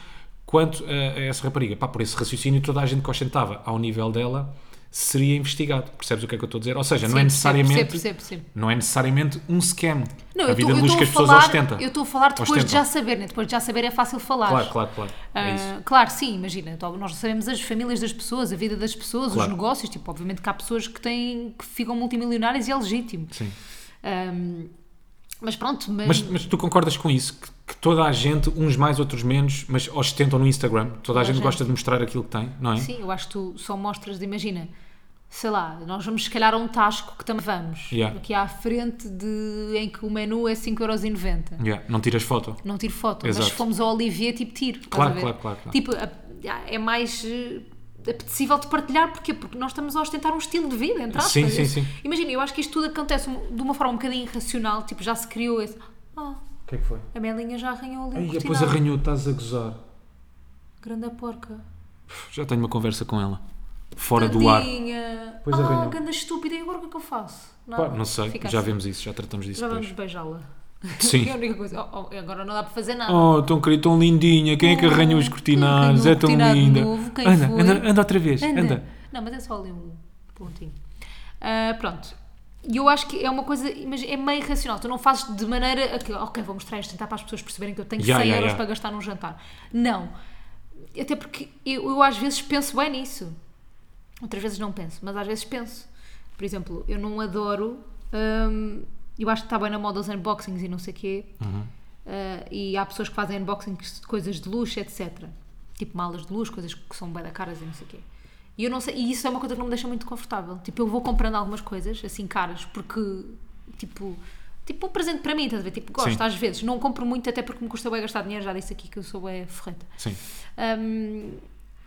Speaker 2: Quanto a, a essa rapariga, pá, por esse raciocínio, toda a gente que ostentava ao nível dela seria investigado. Percebes o que é que eu estou a dizer? Ou seja, não
Speaker 1: Sim,
Speaker 2: é
Speaker 1: percebo,
Speaker 2: necessariamente.
Speaker 1: percebo, percebo.
Speaker 2: Não é necessariamente um scam.
Speaker 1: Não,
Speaker 2: a
Speaker 1: eu
Speaker 2: vida
Speaker 1: estou- eu
Speaker 2: de luz
Speaker 1: estou a
Speaker 2: que as pessoas
Speaker 1: falar-
Speaker 2: ostentam.
Speaker 1: Eu estou a falar depois de
Speaker 2: Ostentam.
Speaker 1: já saber, né? Depois de já saber é fácil falar.
Speaker 2: Claro, claro, claro. é isso.
Speaker 1: Ah, claro, sim, imagina. então, Nós sabemos as famílias das pessoas, a vida das pessoas,
Speaker 2: Claro.
Speaker 1: os negócios. Tipo, obviamente que há pessoas que têm que ficam multimilionárias e é legítimo.
Speaker 2: Sim.
Speaker 1: Ahm, mas pronto, mas,
Speaker 2: Mas, mas tu concordas com isso? Que, que toda a gente, uns mais, outros menos, mas ostentam no Instagram. Toda a gente,
Speaker 1: gente.
Speaker 2: gosta de mostrar aquilo que tem, não é?
Speaker 1: sim, eu acho que tu só mostras, de- imagina, sei lá, nós vamos se calhar a um Tasco que também vamos,
Speaker 2: Yeah.
Speaker 1: aqui à frente de em que o menu é 5,90€.
Speaker 2: Yeah, Não tiras foto.
Speaker 1: Não tiro foto, mas
Speaker 2: Exato.
Speaker 1: se fomos ao Olivier, tipo, tiro. estás
Speaker 2: Claro,
Speaker 1: a ver?
Speaker 2: claro, claro, claro.
Speaker 1: Tipo, a- é mais eh, apetecível de partilhar, porquê? Porque nós estamos a ostentar um estilo de vida, entre aspas. é
Speaker 2: Sim, sim, sim.
Speaker 1: Imagina, eu acho que isto tudo acontece um- de uma forma um bocadinho irracional, tipo, já se criou esse. Ah,
Speaker 2: O que é que foi?
Speaker 1: a Melinha já arranhou ali. um
Speaker 2: Ai, depois
Speaker 1: cortinado.
Speaker 2: arranhou, estás a gozar.
Speaker 1: Grande porca.
Speaker 2: Já tenho uma conversa com ela. Fora do ar.
Speaker 1: Tadinha.
Speaker 2: Pois
Speaker 1: ah,
Speaker 2: arranhou.
Speaker 1: grande estúpida, e agora o que é que eu faço?
Speaker 2: Pá, não sei,
Speaker 1: fica
Speaker 2: já
Speaker 1: assim.
Speaker 2: vimos isso, já tratamos disso
Speaker 1: Já vamos
Speaker 2: depois.
Speaker 1: beijá-la.
Speaker 2: Sim.
Speaker 1: É a única coisa. Oh, oh, agora não dá para fazer nada.
Speaker 2: Oh, tão querido, tão lindinha. Quem é que
Speaker 1: Oh,
Speaker 2: arranhou os
Speaker 1: quem
Speaker 2: cortinados?
Speaker 1: arranhou
Speaker 2: É
Speaker 1: o
Speaker 2: tão
Speaker 1: cortinado
Speaker 2: linda.
Speaker 1: novo? Quem
Speaker 2: anda,
Speaker 1: foi?
Speaker 2: anda, anda outra vez. Anda.
Speaker 1: Anda. Não, mas é só ali um pontinho. Ah, pronto. E eu acho que é uma coisa, mas é meio irracional. Tu não fazes de maneira a que, ok, vou mostrar isto, tentar para as pessoas perceberem que eu tenho
Speaker 2: Ya,
Speaker 1: 100
Speaker 2: ya,
Speaker 1: euros
Speaker 2: ya.
Speaker 1: para gastar num jantar. Não. Até porque eu, eu às vezes penso bem nisso. Outras vezes não penso, mas às vezes penso. Por exemplo, eu não adoro. hum, eu acho que está bem na moda os unboxings e não sei o quê. Uh, e há pessoas que fazem unboxings de coisas de luxo, etc. Tipo malas de luxo, coisas que são bem da caras e não sei o quê. E eu não sei, e isso é uma coisa que não me deixa muito confortável. Tipo, eu vou comprando algumas coisas assim caras porque tipo, tipo um presente para mim, estás a ver? Tipo, gosto
Speaker 2: Sim.
Speaker 1: às vezes, não compro muito até porque me custa bem gastar dinheiro, já disse aqui que eu sou bem ferreta.
Speaker 2: Sim.
Speaker 1: Hum,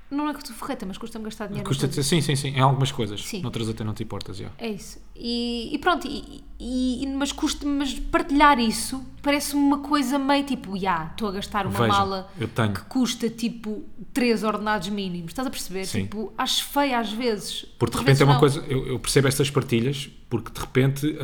Speaker 1: não é que eu sou ferreta, mas custa-me gastar dinheiro.
Speaker 2: Custa
Speaker 1: nas coisas.
Speaker 2: dizer, sim, sim, sim. Em algumas coisas.
Speaker 1: Sim.
Speaker 2: Noutras até não te importas, já.
Speaker 1: É isso. E, e pronto, e, e- e- mas, custa, mas partilhar isso parece-me uma coisa meio tipo, já, estou a gastar uma
Speaker 2: Vejam,
Speaker 1: mala
Speaker 2: eu tenho.
Speaker 1: que custa tipo três ordenados mínimos. Estás a perceber?
Speaker 2: Sim.
Speaker 1: Tipo, acho feia às vezes.
Speaker 2: Porque de
Speaker 1: Às
Speaker 2: repente
Speaker 1: vezes
Speaker 2: é uma
Speaker 1: não.
Speaker 2: coisa, eu, eu percebo estas partilhas, porque de repente,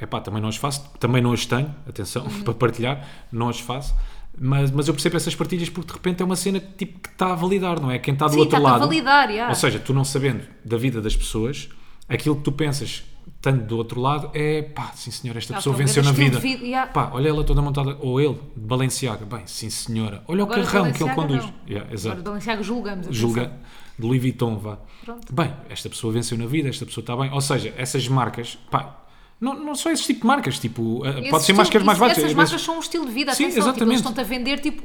Speaker 2: é pá, também não as faço, também não as tenho, atenção, para partilhar, não as faço, mas, mas eu percebo essas partilhas porque de repente é uma cena tipo, que está a validar, não é? Quem está do
Speaker 1: Sim,
Speaker 2: outro
Speaker 1: está-te a
Speaker 2: lado.
Speaker 1: validar, yeah.
Speaker 2: Ou seja, tu não sabendo da vida das pessoas, aquilo que tu pensas tanto do outro lado é pá, sim senhora, esta
Speaker 1: Ah,
Speaker 2: pessoa
Speaker 1: foi um
Speaker 2: venceu na
Speaker 1: grande
Speaker 2: vida.
Speaker 1: estilo de vida, yeah.
Speaker 2: Pá, olha ela toda montada, ou ele, de Balenciaga, bem, sim senhora, olha
Speaker 1: Agora
Speaker 2: o
Speaker 1: de
Speaker 2: carrão que ele
Speaker 1: Balenciaga,
Speaker 2: conduz.
Speaker 1: não.
Speaker 2: Yeah, exato
Speaker 1: Agora, Balenciaga julgamos. atenção.
Speaker 2: julga de Louis Vuitton, vá.
Speaker 1: Pronto.
Speaker 2: Bem, esta pessoa venceu na vida, esta pessoa está bem. Ou seja, essas marcas, pá, Não, não só esse tipo de marcas, tipo, eh,
Speaker 1: Esse
Speaker 2: pode ser
Speaker 1: estilo-
Speaker 2: máscaras mais
Speaker 1: isso-
Speaker 2: baratas.
Speaker 1: Essas
Speaker 2: Às
Speaker 1: marcas
Speaker 2: vezes-
Speaker 1: são um estilo de vida,
Speaker 2: Sim,
Speaker 1: atenção. Tipo, eles
Speaker 2: exatamente.
Speaker 1: estão-te a vender, tipo...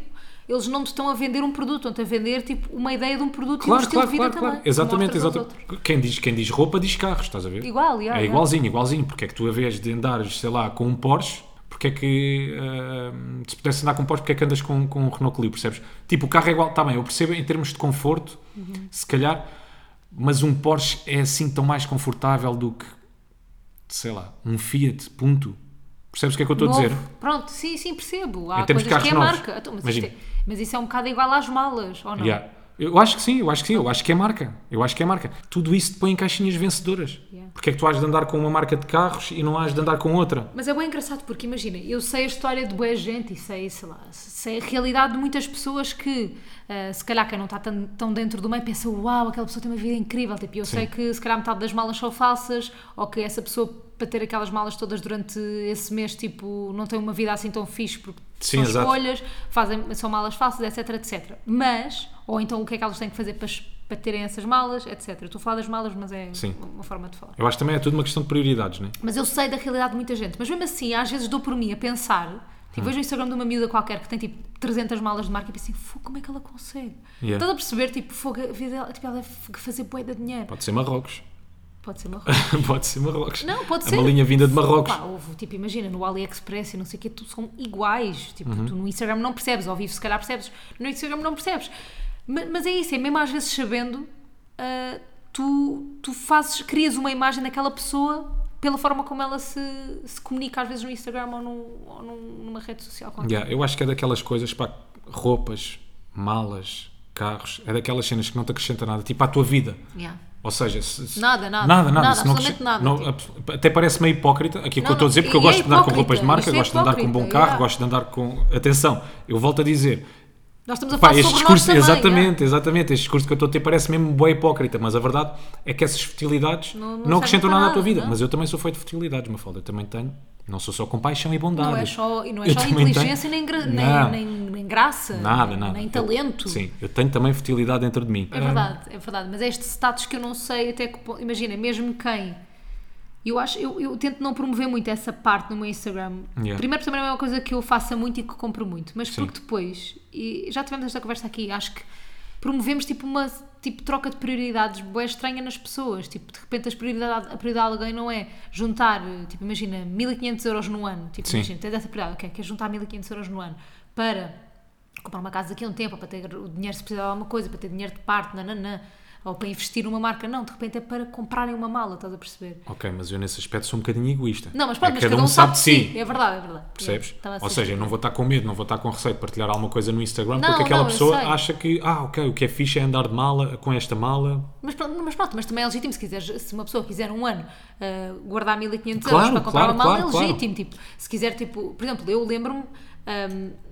Speaker 1: Eles não te estão a vender um produto, estão-te a vender, tipo, uma ideia de um produto e um
Speaker 2: Claro,
Speaker 1: estilo
Speaker 2: claro,
Speaker 1: de vida
Speaker 2: claro,
Speaker 1: também.
Speaker 2: claro.
Speaker 1: que
Speaker 2: Exatamente,
Speaker 1: mostras aos
Speaker 2: exatamente.
Speaker 1: outros.
Speaker 2: Quem diz, quem diz roupa diz carros, estás a ver?
Speaker 1: Igual, já,
Speaker 2: É
Speaker 1: já.
Speaker 2: igualzinho, igualzinho. Porque é que tu a vês de andares, sei lá, com um Porsche, porque é que ah, se pudesse andar com um Porsche, porque é que andas com, com um Renault Clio, percebes? Tipo, o carro é igual, está bem, eu percebo em termos de conforto, se calhar, mas um Porsche é assim tão mais confortável do que, sei lá, um Fiat, ponto. Percebes o que é que eu estou a
Speaker 1: Novo.
Speaker 2: dizer?
Speaker 1: Pronto, sim, sim, percebo. Há
Speaker 2: Em termos
Speaker 1: coisas
Speaker 2: de
Speaker 1: que é
Speaker 2: carros novos.
Speaker 1: marca. Então, mas,
Speaker 2: Imagina.
Speaker 1: isto é- mas isso é um bocado igual às malas, ou não?
Speaker 2: Yeah. Eu acho que sim, eu acho que sim, eu acho que é marca. Eu acho que é marca. Tudo isso te põe em caixinhas vencedoras.
Speaker 1: Yeah.
Speaker 2: Porque é que tu has de andar com uma marca de carros e não has de andar com outra?
Speaker 1: Mas é bem engraçado porque, imagina, eu sei a história de boa gente e sei, sei lá, sei a realidade de muitas pessoas que, ah, se calhar quem não está tão, tão dentro do meio pensa, uau, aquela pessoa tem uma vida incrível, tipo, e eu sei que se calhar metade das malas são falsas, ou que essa pessoa, para ter aquelas malas todas durante esse mês, tipo, não tem uma vida assim tão fixe, porque
Speaker 2: Sim,
Speaker 1: são
Speaker 2: exato.
Speaker 1: escolhas, fazem, são malas falsas, etc, etc. Mas, ou então o que é que elas têm que fazer para, para terem essas malas, etc. Eu Estou a falar das malas, mas é
Speaker 2: Sim.
Speaker 1: uma- uma forma de falar.
Speaker 2: Eu acho que também é tudo uma questão de prioridades, né?
Speaker 1: Mas eu sei da realidade de muita gente. Mas mesmo assim, às vezes dou por mim a pensar. Tipo, vejo o Instagram de uma miúda qualquer que tem tipo 300 malas de marca e penso assim, "Fogo, como é que ela consegue?
Speaker 2: Yeah.
Speaker 1: Estás a perceber? Tipo, fogo, a vida dela, tipo, ela deve fazer boeda de dinheiro. Pode,
Speaker 2: Pode ser Marrocos.
Speaker 1: ser uma roupa.
Speaker 2: pode ser Marrocos.
Speaker 1: Não, pode
Speaker 2: é
Speaker 1: ser.
Speaker 2: Uma linha vinda de Marrocos.
Speaker 1: Pá, houve, tipo, imagina, no AliExpress e não sei o quê, tu são iguais. Tipo,
Speaker 2: Uhum.
Speaker 1: tu no Instagram não percebes, ao vivo se calhar percebes, no Instagram não percebes. Ma- Mas, é isso, é mesmo às vezes sabendo, ah, tu, tu fazes, crias uma imagem daquela pessoa pela forma como ela se, se comunica às vezes no Instagram ou, num- ou num- numa rede social qualquer.
Speaker 2: Yeah, eu acho que é daquelas coisas, pá, roupas, malas, carros, é daquelas cenas que não te acrescenta nada, tipo à tua vida.
Speaker 1: Yeah.
Speaker 2: Ou seja, se- se-
Speaker 1: Nada, nada.
Speaker 2: nada, nada,
Speaker 1: Nada,
Speaker 2: se não
Speaker 1: absolutamente
Speaker 2: acresce-
Speaker 1: nada,
Speaker 2: não,
Speaker 1: tipo.
Speaker 2: abs- até parece meio hipócrita aquilo
Speaker 1: Não,
Speaker 2: que eu estou a dizer,
Speaker 1: não,
Speaker 2: porque eu
Speaker 1: e é
Speaker 2: gosto de andar com
Speaker 1: hipócrita,
Speaker 2: roupas de marca,
Speaker 1: isto é
Speaker 2: gosto de andar com um bom
Speaker 1: hipócrita,
Speaker 2: carro,
Speaker 1: yeah.
Speaker 2: gosto de andar com. Atenção, eu volto a dizer,
Speaker 1: Nós estamos a
Speaker 2: Pá,
Speaker 1: falar
Speaker 2: este
Speaker 1: sobre
Speaker 2: discurso,
Speaker 1: nós também.
Speaker 2: exatamente,
Speaker 1: yeah.
Speaker 2: exatamente, este discurso que eu estou a ter parece mesmo boa hipócrita, mas a verdade é que essas futilidades
Speaker 1: Não-
Speaker 2: não,
Speaker 1: não servem
Speaker 2: acrescentam
Speaker 1: para
Speaker 2: nada à tua
Speaker 1: nada,
Speaker 2: vida.
Speaker 1: não.
Speaker 2: Mas eu também sou feito de futilidades, Mafalda, eu também tenho. Não sou só compaixão e bondade.
Speaker 1: Não é só, e não é
Speaker 2: Eu
Speaker 1: só
Speaker 2: também tenho.
Speaker 1: inteligência nem, gra- nem-
Speaker 2: Não.
Speaker 1: nem, nem graça,
Speaker 2: Nada,
Speaker 1: nem,
Speaker 2: nada.
Speaker 1: nem
Speaker 2: Eu-
Speaker 1: talento.
Speaker 2: sim, eu tenho também futilidade dentro de mim.
Speaker 1: É verdade, é verdade. Mas é este status que eu não sei até que ponto. Imagina, mesmo quem. Eu acho, eu, eu tento não promover muito essa parte no meu Instagram.
Speaker 2: Yeah.
Speaker 1: Primeiro, porque também não é uma coisa que eu faça muito e que compro muito, mas
Speaker 2: Sim.
Speaker 1: porque depois, e já tivemos esta conversa aqui, acho que promovemos tipo uma tipo troca de prioridades bem estranha nas pessoas. Tipo, de repente as prioridade, a prioridade de alguém não é juntar, tipo, imagina, 1500 euros no ano. Tipo,
Speaker 2: Sim.
Speaker 1: imagina, tens essa prioridade, ok, quer juntar 1500 euros no ano para comprar uma casa daqui a um tempo, ou para ter o dinheiro se precisar de alguma coisa, para ter dinheiro de parte, nananã, ou para investir numa marca. Não, de repente é para comprarem uma mala, estás a perceber?
Speaker 2: Ok, mas eu nesse aspecto sou um bocadinho egoísta.
Speaker 1: Não, mas
Speaker 2: É
Speaker 1: pronto, mas cada um, sabe de si. É verdade, é verdade.
Speaker 2: Percebes?
Speaker 1: Yeah, estava a
Speaker 2: Ou
Speaker 1: ser-
Speaker 2: seja, eu não vou estar com medo, não vou estar com receio de partilhar alguma coisa no Instagram
Speaker 1: Não,
Speaker 2: porque aquela
Speaker 1: não, eu
Speaker 2: pessoa
Speaker 1: sei.
Speaker 2: acha que, ah, ok, o que é fixe é andar de mala com esta mala.
Speaker 1: Mas pronto, mas pronto, mas também é legítimo se quiseres, se uma pessoa quiser um ano ah, guardar 1500
Speaker 2: Claro,
Speaker 1: euros para comprar
Speaker 2: claro,
Speaker 1: uma mala,
Speaker 2: claro,
Speaker 1: é
Speaker 2: claro.
Speaker 1: legítimo. Tipo, se quiser, tipo, por exemplo, eu lembro-me, ah,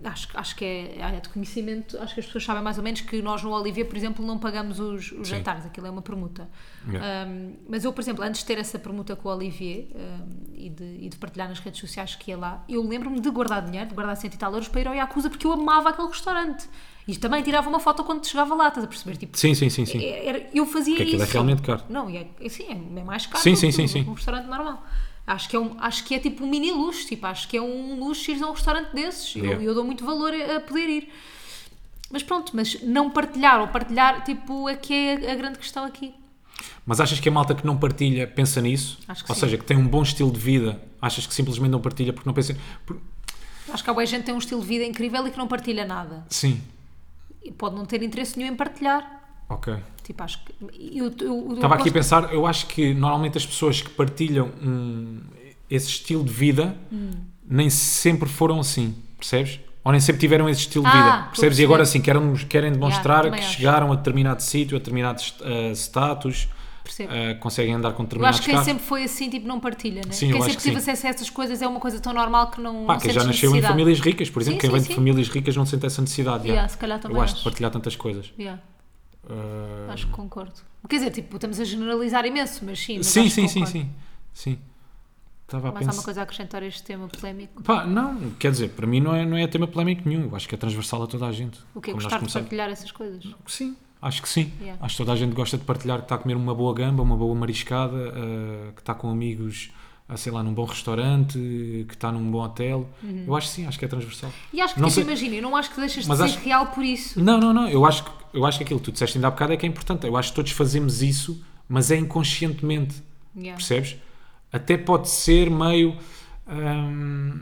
Speaker 1: acho, acho que é, é de conhecimento, acho que as pessoas sabem mais ou menos que nós no Olivia, por exemplo, não pagamos os, os
Speaker 2: Sim.
Speaker 1: jantares, aquilo é uma permuta.
Speaker 2: Yeah.
Speaker 1: Ah, mas eu, por exemplo, antes de ter essa permuta com o Olivier ah, e, de, e de partilhar nas redes sociais que ia lá, eu lembro-me de guardar dinheiro, de guardar cento e tal euros para ir ao Yakuza porque eu amava aquele restaurante. E também tirava uma foto quando chegava lá, estás a perceber? Tipo,
Speaker 2: Sim, sim, sim, sim.
Speaker 1: é- era- eu fazia
Speaker 2: Porque aquilo
Speaker 1: isso.
Speaker 2: é realmente caro.
Speaker 1: Não, e é, e sim, é é mais caro
Speaker 2: Sim,
Speaker 1: do
Speaker 2: sim,
Speaker 1: que
Speaker 2: sim,
Speaker 1: um,
Speaker 2: sim.
Speaker 1: um restaurante normal. Acho que, é um, acho que é tipo um mini luxo, tipo, acho que é um luxo ir a um restaurante desses. E eu,
Speaker 2: Yeah.
Speaker 1: eu dou muito valor a a poder ir. Mas pronto, mas não partilhar ou partilhar, tipo, é que é a grande questão aqui.
Speaker 2: Mas achas que a malta que não partilha pensa nisso?
Speaker 1: Acho que
Speaker 2: Ou
Speaker 1: sim.
Speaker 2: seja, que tem um bom estilo de vida, achas que simplesmente não partilha porque não pensa. por-
Speaker 1: Acho que a boa gente tem um estilo de vida incrível e que não partilha nada.
Speaker 2: Sim,
Speaker 1: E pode não ter interesse nenhum em partilhar.
Speaker 2: ok.
Speaker 1: Tipo, acho que. Eu, eu- eu
Speaker 2: Estava aqui a
Speaker 1: gosto-
Speaker 2: pensar, eu acho que normalmente as pessoas que partilham hum, esse estilo de vida
Speaker 1: Hum.
Speaker 2: nem sempre foram assim, percebes? Ou nem sempre tiveram esse estilo de
Speaker 1: Ah,
Speaker 2: vida,
Speaker 1: estou a
Speaker 2: percebes? E
Speaker 1: perceber.
Speaker 2: agora sim, querem, querem demonstrar
Speaker 1: também
Speaker 2: que
Speaker 1: acho.
Speaker 2: chegaram a determinado sítio, a determinado eh, status,
Speaker 1: Percebo.
Speaker 2: eh, conseguem andar com
Speaker 1: Eu
Speaker 2: determinados
Speaker 1: acho que quem
Speaker 2: carros.
Speaker 1: sempre foi assim, tipo, não partilha, né?
Speaker 2: Sim, eu
Speaker 1: quem
Speaker 2: acho
Speaker 1: sempre
Speaker 2: que
Speaker 1: teve
Speaker 2: sim.
Speaker 1: acesso a essas coisas é uma coisa tão normal que não.
Speaker 2: Pá,
Speaker 1: não
Speaker 2: quem já
Speaker 1: sentes
Speaker 2: nasceu em
Speaker 1: necessidade.
Speaker 2: famílias ricas, por exemplo,
Speaker 1: Sim,
Speaker 2: quem
Speaker 1: sim,
Speaker 2: vem
Speaker 1: sim.
Speaker 2: de famílias ricas não sente essa necessidade.
Speaker 1: Yeah,
Speaker 2: já.
Speaker 1: se calhar também
Speaker 2: eu acho de
Speaker 1: acho.
Speaker 2: partilhar tantas coisas.
Speaker 1: Yeah,
Speaker 2: Eh,
Speaker 1: acho que concordo. Quer dizer, tipo, estamos a generalizar imenso, mas sim. mas
Speaker 2: sim,
Speaker 1: acho que
Speaker 2: sim, sim,
Speaker 1: concordo.
Speaker 2: sim, sim. Estava a
Speaker 1: Mas há uma
Speaker 2: pensar.
Speaker 1: coisa a acrescentar a este tema polémico.
Speaker 2: Pá, não, quer dizer, para mim não é, não é tema polémico nenhum. Eu acho que é transversal a toda a gente.
Speaker 1: O que é
Speaker 2: Como nós
Speaker 1: gostar de
Speaker 2: começamos-
Speaker 1: partilhar essas coisas?
Speaker 2: Sim, acho que sim.
Speaker 1: Yeah.
Speaker 2: Acho que toda a gente gosta de partilhar que está a comer uma boa gamba, uma boa mariscada, eh, que está com amigos a, sei lá, num bom restaurante, que está num bom hotel.
Speaker 1: Uhum.
Speaker 2: Eu acho que sim, acho que é transversal.
Speaker 1: E acho que,
Speaker 2: Não
Speaker 1: tipo,
Speaker 2: sei-
Speaker 1: imagina, eu não acho que deixas de
Speaker 2: Mas
Speaker 1: ser
Speaker 2: acho-
Speaker 1: real por isso.
Speaker 2: Não, não, não. Eu acho, que- eu acho que aquilo que tu disseste ainda há bocado é que é importante. Eu acho que todos fazemos isso, mas é inconscientemente.
Speaker 1: Yeah.
Speaker 2: Percebes? Até pode ser meio. hum,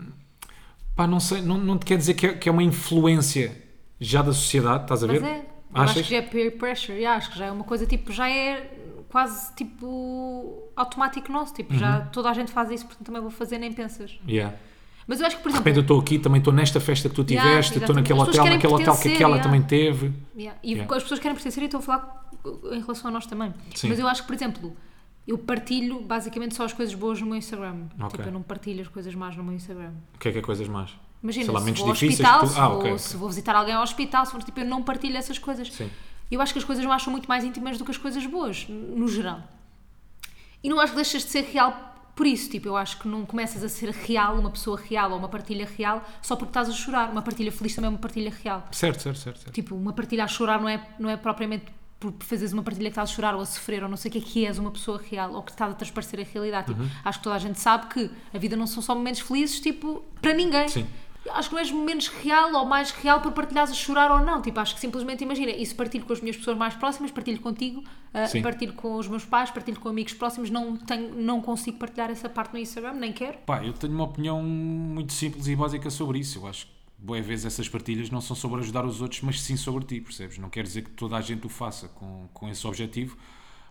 Speaker 2: pá, não sei. Não, não te quer dizer que é, que é uma influência já da sociedade, estás a ver?
Speaker 1: Mas é. Eu acho
Speaker 2: Achas?
Speaker 1: que já é peer pressure, yeah, acho que já é uma coisa tipo, já é quase tipo automático nosso, tipo, já
Speaker 2: Uhum.
Speaker 1: toda a gente faz isso, portanto também vou fazer, nem pensas.
Speaker 2: Yeah.
Speaker 1: Mas eu acho que, por
Speaker 2: De
Speaker 1: exemplo,
Speaker 2: repente eu estou aqui, também estou nesta festa que tu
Speaker 1: Yeah,
Speaker 2: tiveste, estou
Speaker 1: exatamente.
Speaker 2: naquele
Speaker 1: As pessoas querem
Speaker 2: hotel, naquele hotel que
Speaker 1: pertencer,
Speaker 2: aquela
Speaker 1: yeah.
Speaker 2: também teve.
Speaker 1: yeah, e
Speaker 2: Yeah.
Speaker 1: as pessoas querem pertencer e estão a falar uh, em relação a nós também.
Speaker 2: Sim.
Speaker 1: Mas eu acho que, por exemplo, eu partilho basicamente só as coisas boas no meu Instagram.
Speaker 2: Ok.
Speaker 1: Tipo, eu não partilho as coisas más no meu Instagram.
Speaker 2: O que é que é coisas más?
Speaker 1: Imagina,
Speaker 2: Sei lá,
Speaker 1: se
Speaker 2: menos
Speaker 1: vou ao
Speaker 2: difíceis
Speaker 1: hospital,
Speaker 2: que tu-
Speaker 1: se,
Speaker 2: Ah,
Speaker 1: vou,
Speaker 2: ok, ok.
Speaker 1: se vou visitar alguém ao hospital, se for, tipo, eu não partilho essas coisas.
Speaker 2: Sim.
Speaker 1: Eu acho que as coisas mais são muito mais íntimas do que as coisas boas, no geral. E não acho que deixas de ser real por isso. Tipo, eu acho que não começas a ser real, uma pessoa real ou uma partilha real, só porque estás a chorar. Uma partilha feliz também é uma partilha real.
Speaker 2: Certo, certo, certo. certo.
Speaker 1: Tipo, uma partilha a chorar não é, não é propriamente por fazeres uma partilha que estás a chorar ou a sofrer ou não sei o que é que és uma pessoa real ou que estás a transparecer a realidade. Tipo,
Speaker 2: Uhum.
Speaker 1: Acho que toda a gente sabe que a vida não são só momentos felizes, tipo, para ninguém.
Speaker 2: Sim.
Speaker 1: Acho que não és menos real ou mais real por partilhares a chorar ou não. Tipo, acho que simplesmente imagina, isso partilho com as minhas pessoas mais próximas, partilho contigo, ah,
Speaker 2: Sim.
Speaker 1: partilho com os meus pais, partilho com amigos próximos, não, tenho, não consigo partilhar essa parte no Instagram, nem quero.
Speaker 2: Pá, eu tenho uma opinião muito simples e básica sobre isso. Eu acho que, boa vez, essas partilhas não são sobre ajudar os outros, mas sim sobre ti, percebes? Não quer dizer que toda a gente o faça com, com esse objetivo,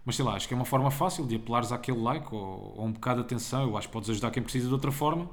Speaker 2: mas sei lá, acho que é uma forma fácil de apelares àquele like ou, ou um bocado de atenção. Eu acho que podes ajudar quem precisa de outra forma.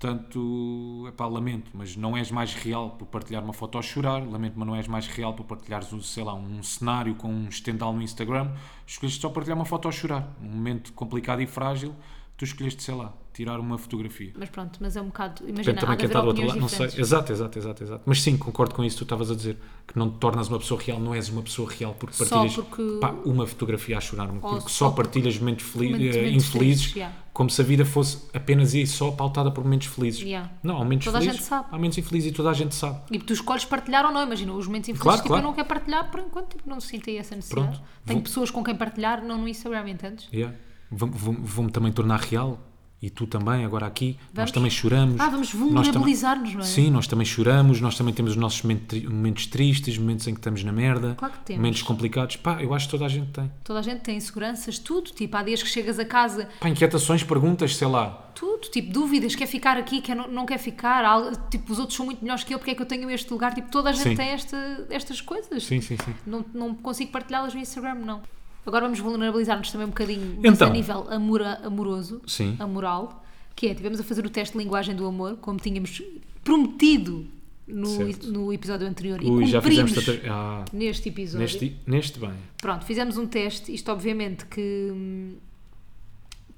Speaker 2: Portanto, é pá, lamento, mas não és mais real por partilhar uma foto ao chorar, lamento, mas não és mais real por partilhares, um, sei lá, um cenário com um estendal no Instagram, escolheste só partilhar uma foto ao chorar, um momento complicado e frágil, tu escolheste, sei lá, tirar uma fotografia.
Speaker 1: Mas pronto, mas é um bocado. Imagina,
Speaker 2: Depende
Speaker 1: há
Speaker 2: também
Speaker 1: de
Speaker 2: quem
Speaker 1: haver
Speaker 2: está do outro
Speaker 1: opiniões
Speaker 2: lado, não sei.
Speaker 1: diferentes.
Speaker 2: Exato, exato, exato, exato. Mas sim, concordo com isso que tu estavas a dizer, que não te tornas uma pessoa real, não és uma pessoa real porque
Speaker 1: Só
Speaker 2: partilhas
Speaker 1: porque-
Speaker 2: pá, uma fotografia a chorar, porque
Speaker 1: Ou
Speaker 2: só
Speaker 1: só porque-
Speaker 2: partilhas momentos, feli-
Speaker 1: Momentos-
Speaker 2: eh,
Speaker 1: momentos
Speaker 2: infelizes,
Speaker 1: tristes, yeah.
Speaker 2: como se a vida fosse apenas e só pautada por momentos felizes.
Speaker 1: Yeah.
Speaker 2: Não, há momentos
Speaker 1: Toda a
Speaker 2: felizes,
Speaker 1: gente sabe.
Speaker 2: há momentos infelizes e toda a gente sabe.
Speaker 1: E tu escolhes partilhar ou não, imagina, os momentos infelizes,
Speaker 2: Claro,
Speaker 1: tipo,
Speaker 2: claro.
Speaker 1: eu não quero partilhar, por enquanto tipo, não sinto aí essa necessidade.
Speaker 2: Pronto.
Speaker 1: Tenho
Speaker 2: Vou-
Speaker 1: pessoas com quem partilhar, não no Instagram, entendes?
Speaker 2: Yeah. Vou- vou- Vou-me também tornar real e tu também, agora aqui, nós
Speaker 1: Vamos?
Speaker 2: também choramos.
Speaker 1: Ah, vamos
Speaker 2: nós também-
Speaker 1: vulnerabilizar-nos, não é?
Speaker 2: Sim, nós também choramos, nós também temos os nossos momentos, tri- momentos tristes, momentos em que estamos na merda,
Speaker 1: Claro que temos.
Speaker 2: momentos complicados. Pá, eu acho que toda a gente tem.
Speaker 1: Toda a gente tem inseguranças, tudo, tipo, há dias que chegas a casa,
Speaker 2: Pá, inquietações, perguntas, sei lá.
Speaker 1: tudo, tipo, dúvidas, quer ficar aqui, quer não, não quer ficar, há- tipo, os outros são muito melhores que eu, porque é que eu tenho este lugar, tipo, toda a gente
Speaker 2: Sim.
Speaker 1: tem esta- estas coisas.
Speaker 2: Sim, sim, sim.
Speaker 1: Não, não consigo partilhá-las no Instagram, não. Agora vamos vulnerabilizar-nos também um bocadinho, mas
Speaker 2: Então.
Speaker 1: a nível amora, amoroso,
Speaker 2: Sim.
Speaker 1: amoral, que é, tivemos a fazer o teste de linguagem do amor, como tínhamos prometido
Speaker 2: Certo.
Speaker 1: no, no episódio anterior
Speaker 2: Ui,
Speaker 1: e
Speaker 2: já fizemos
Speaker 1: cumprimos
Speaker 2: tanta. Ah,
Speaker 1: neste episódio.
Speaker 2: neste, neste bem.
Speaker 1: Pronto, fizemos um teste, isto obviamente que... hum,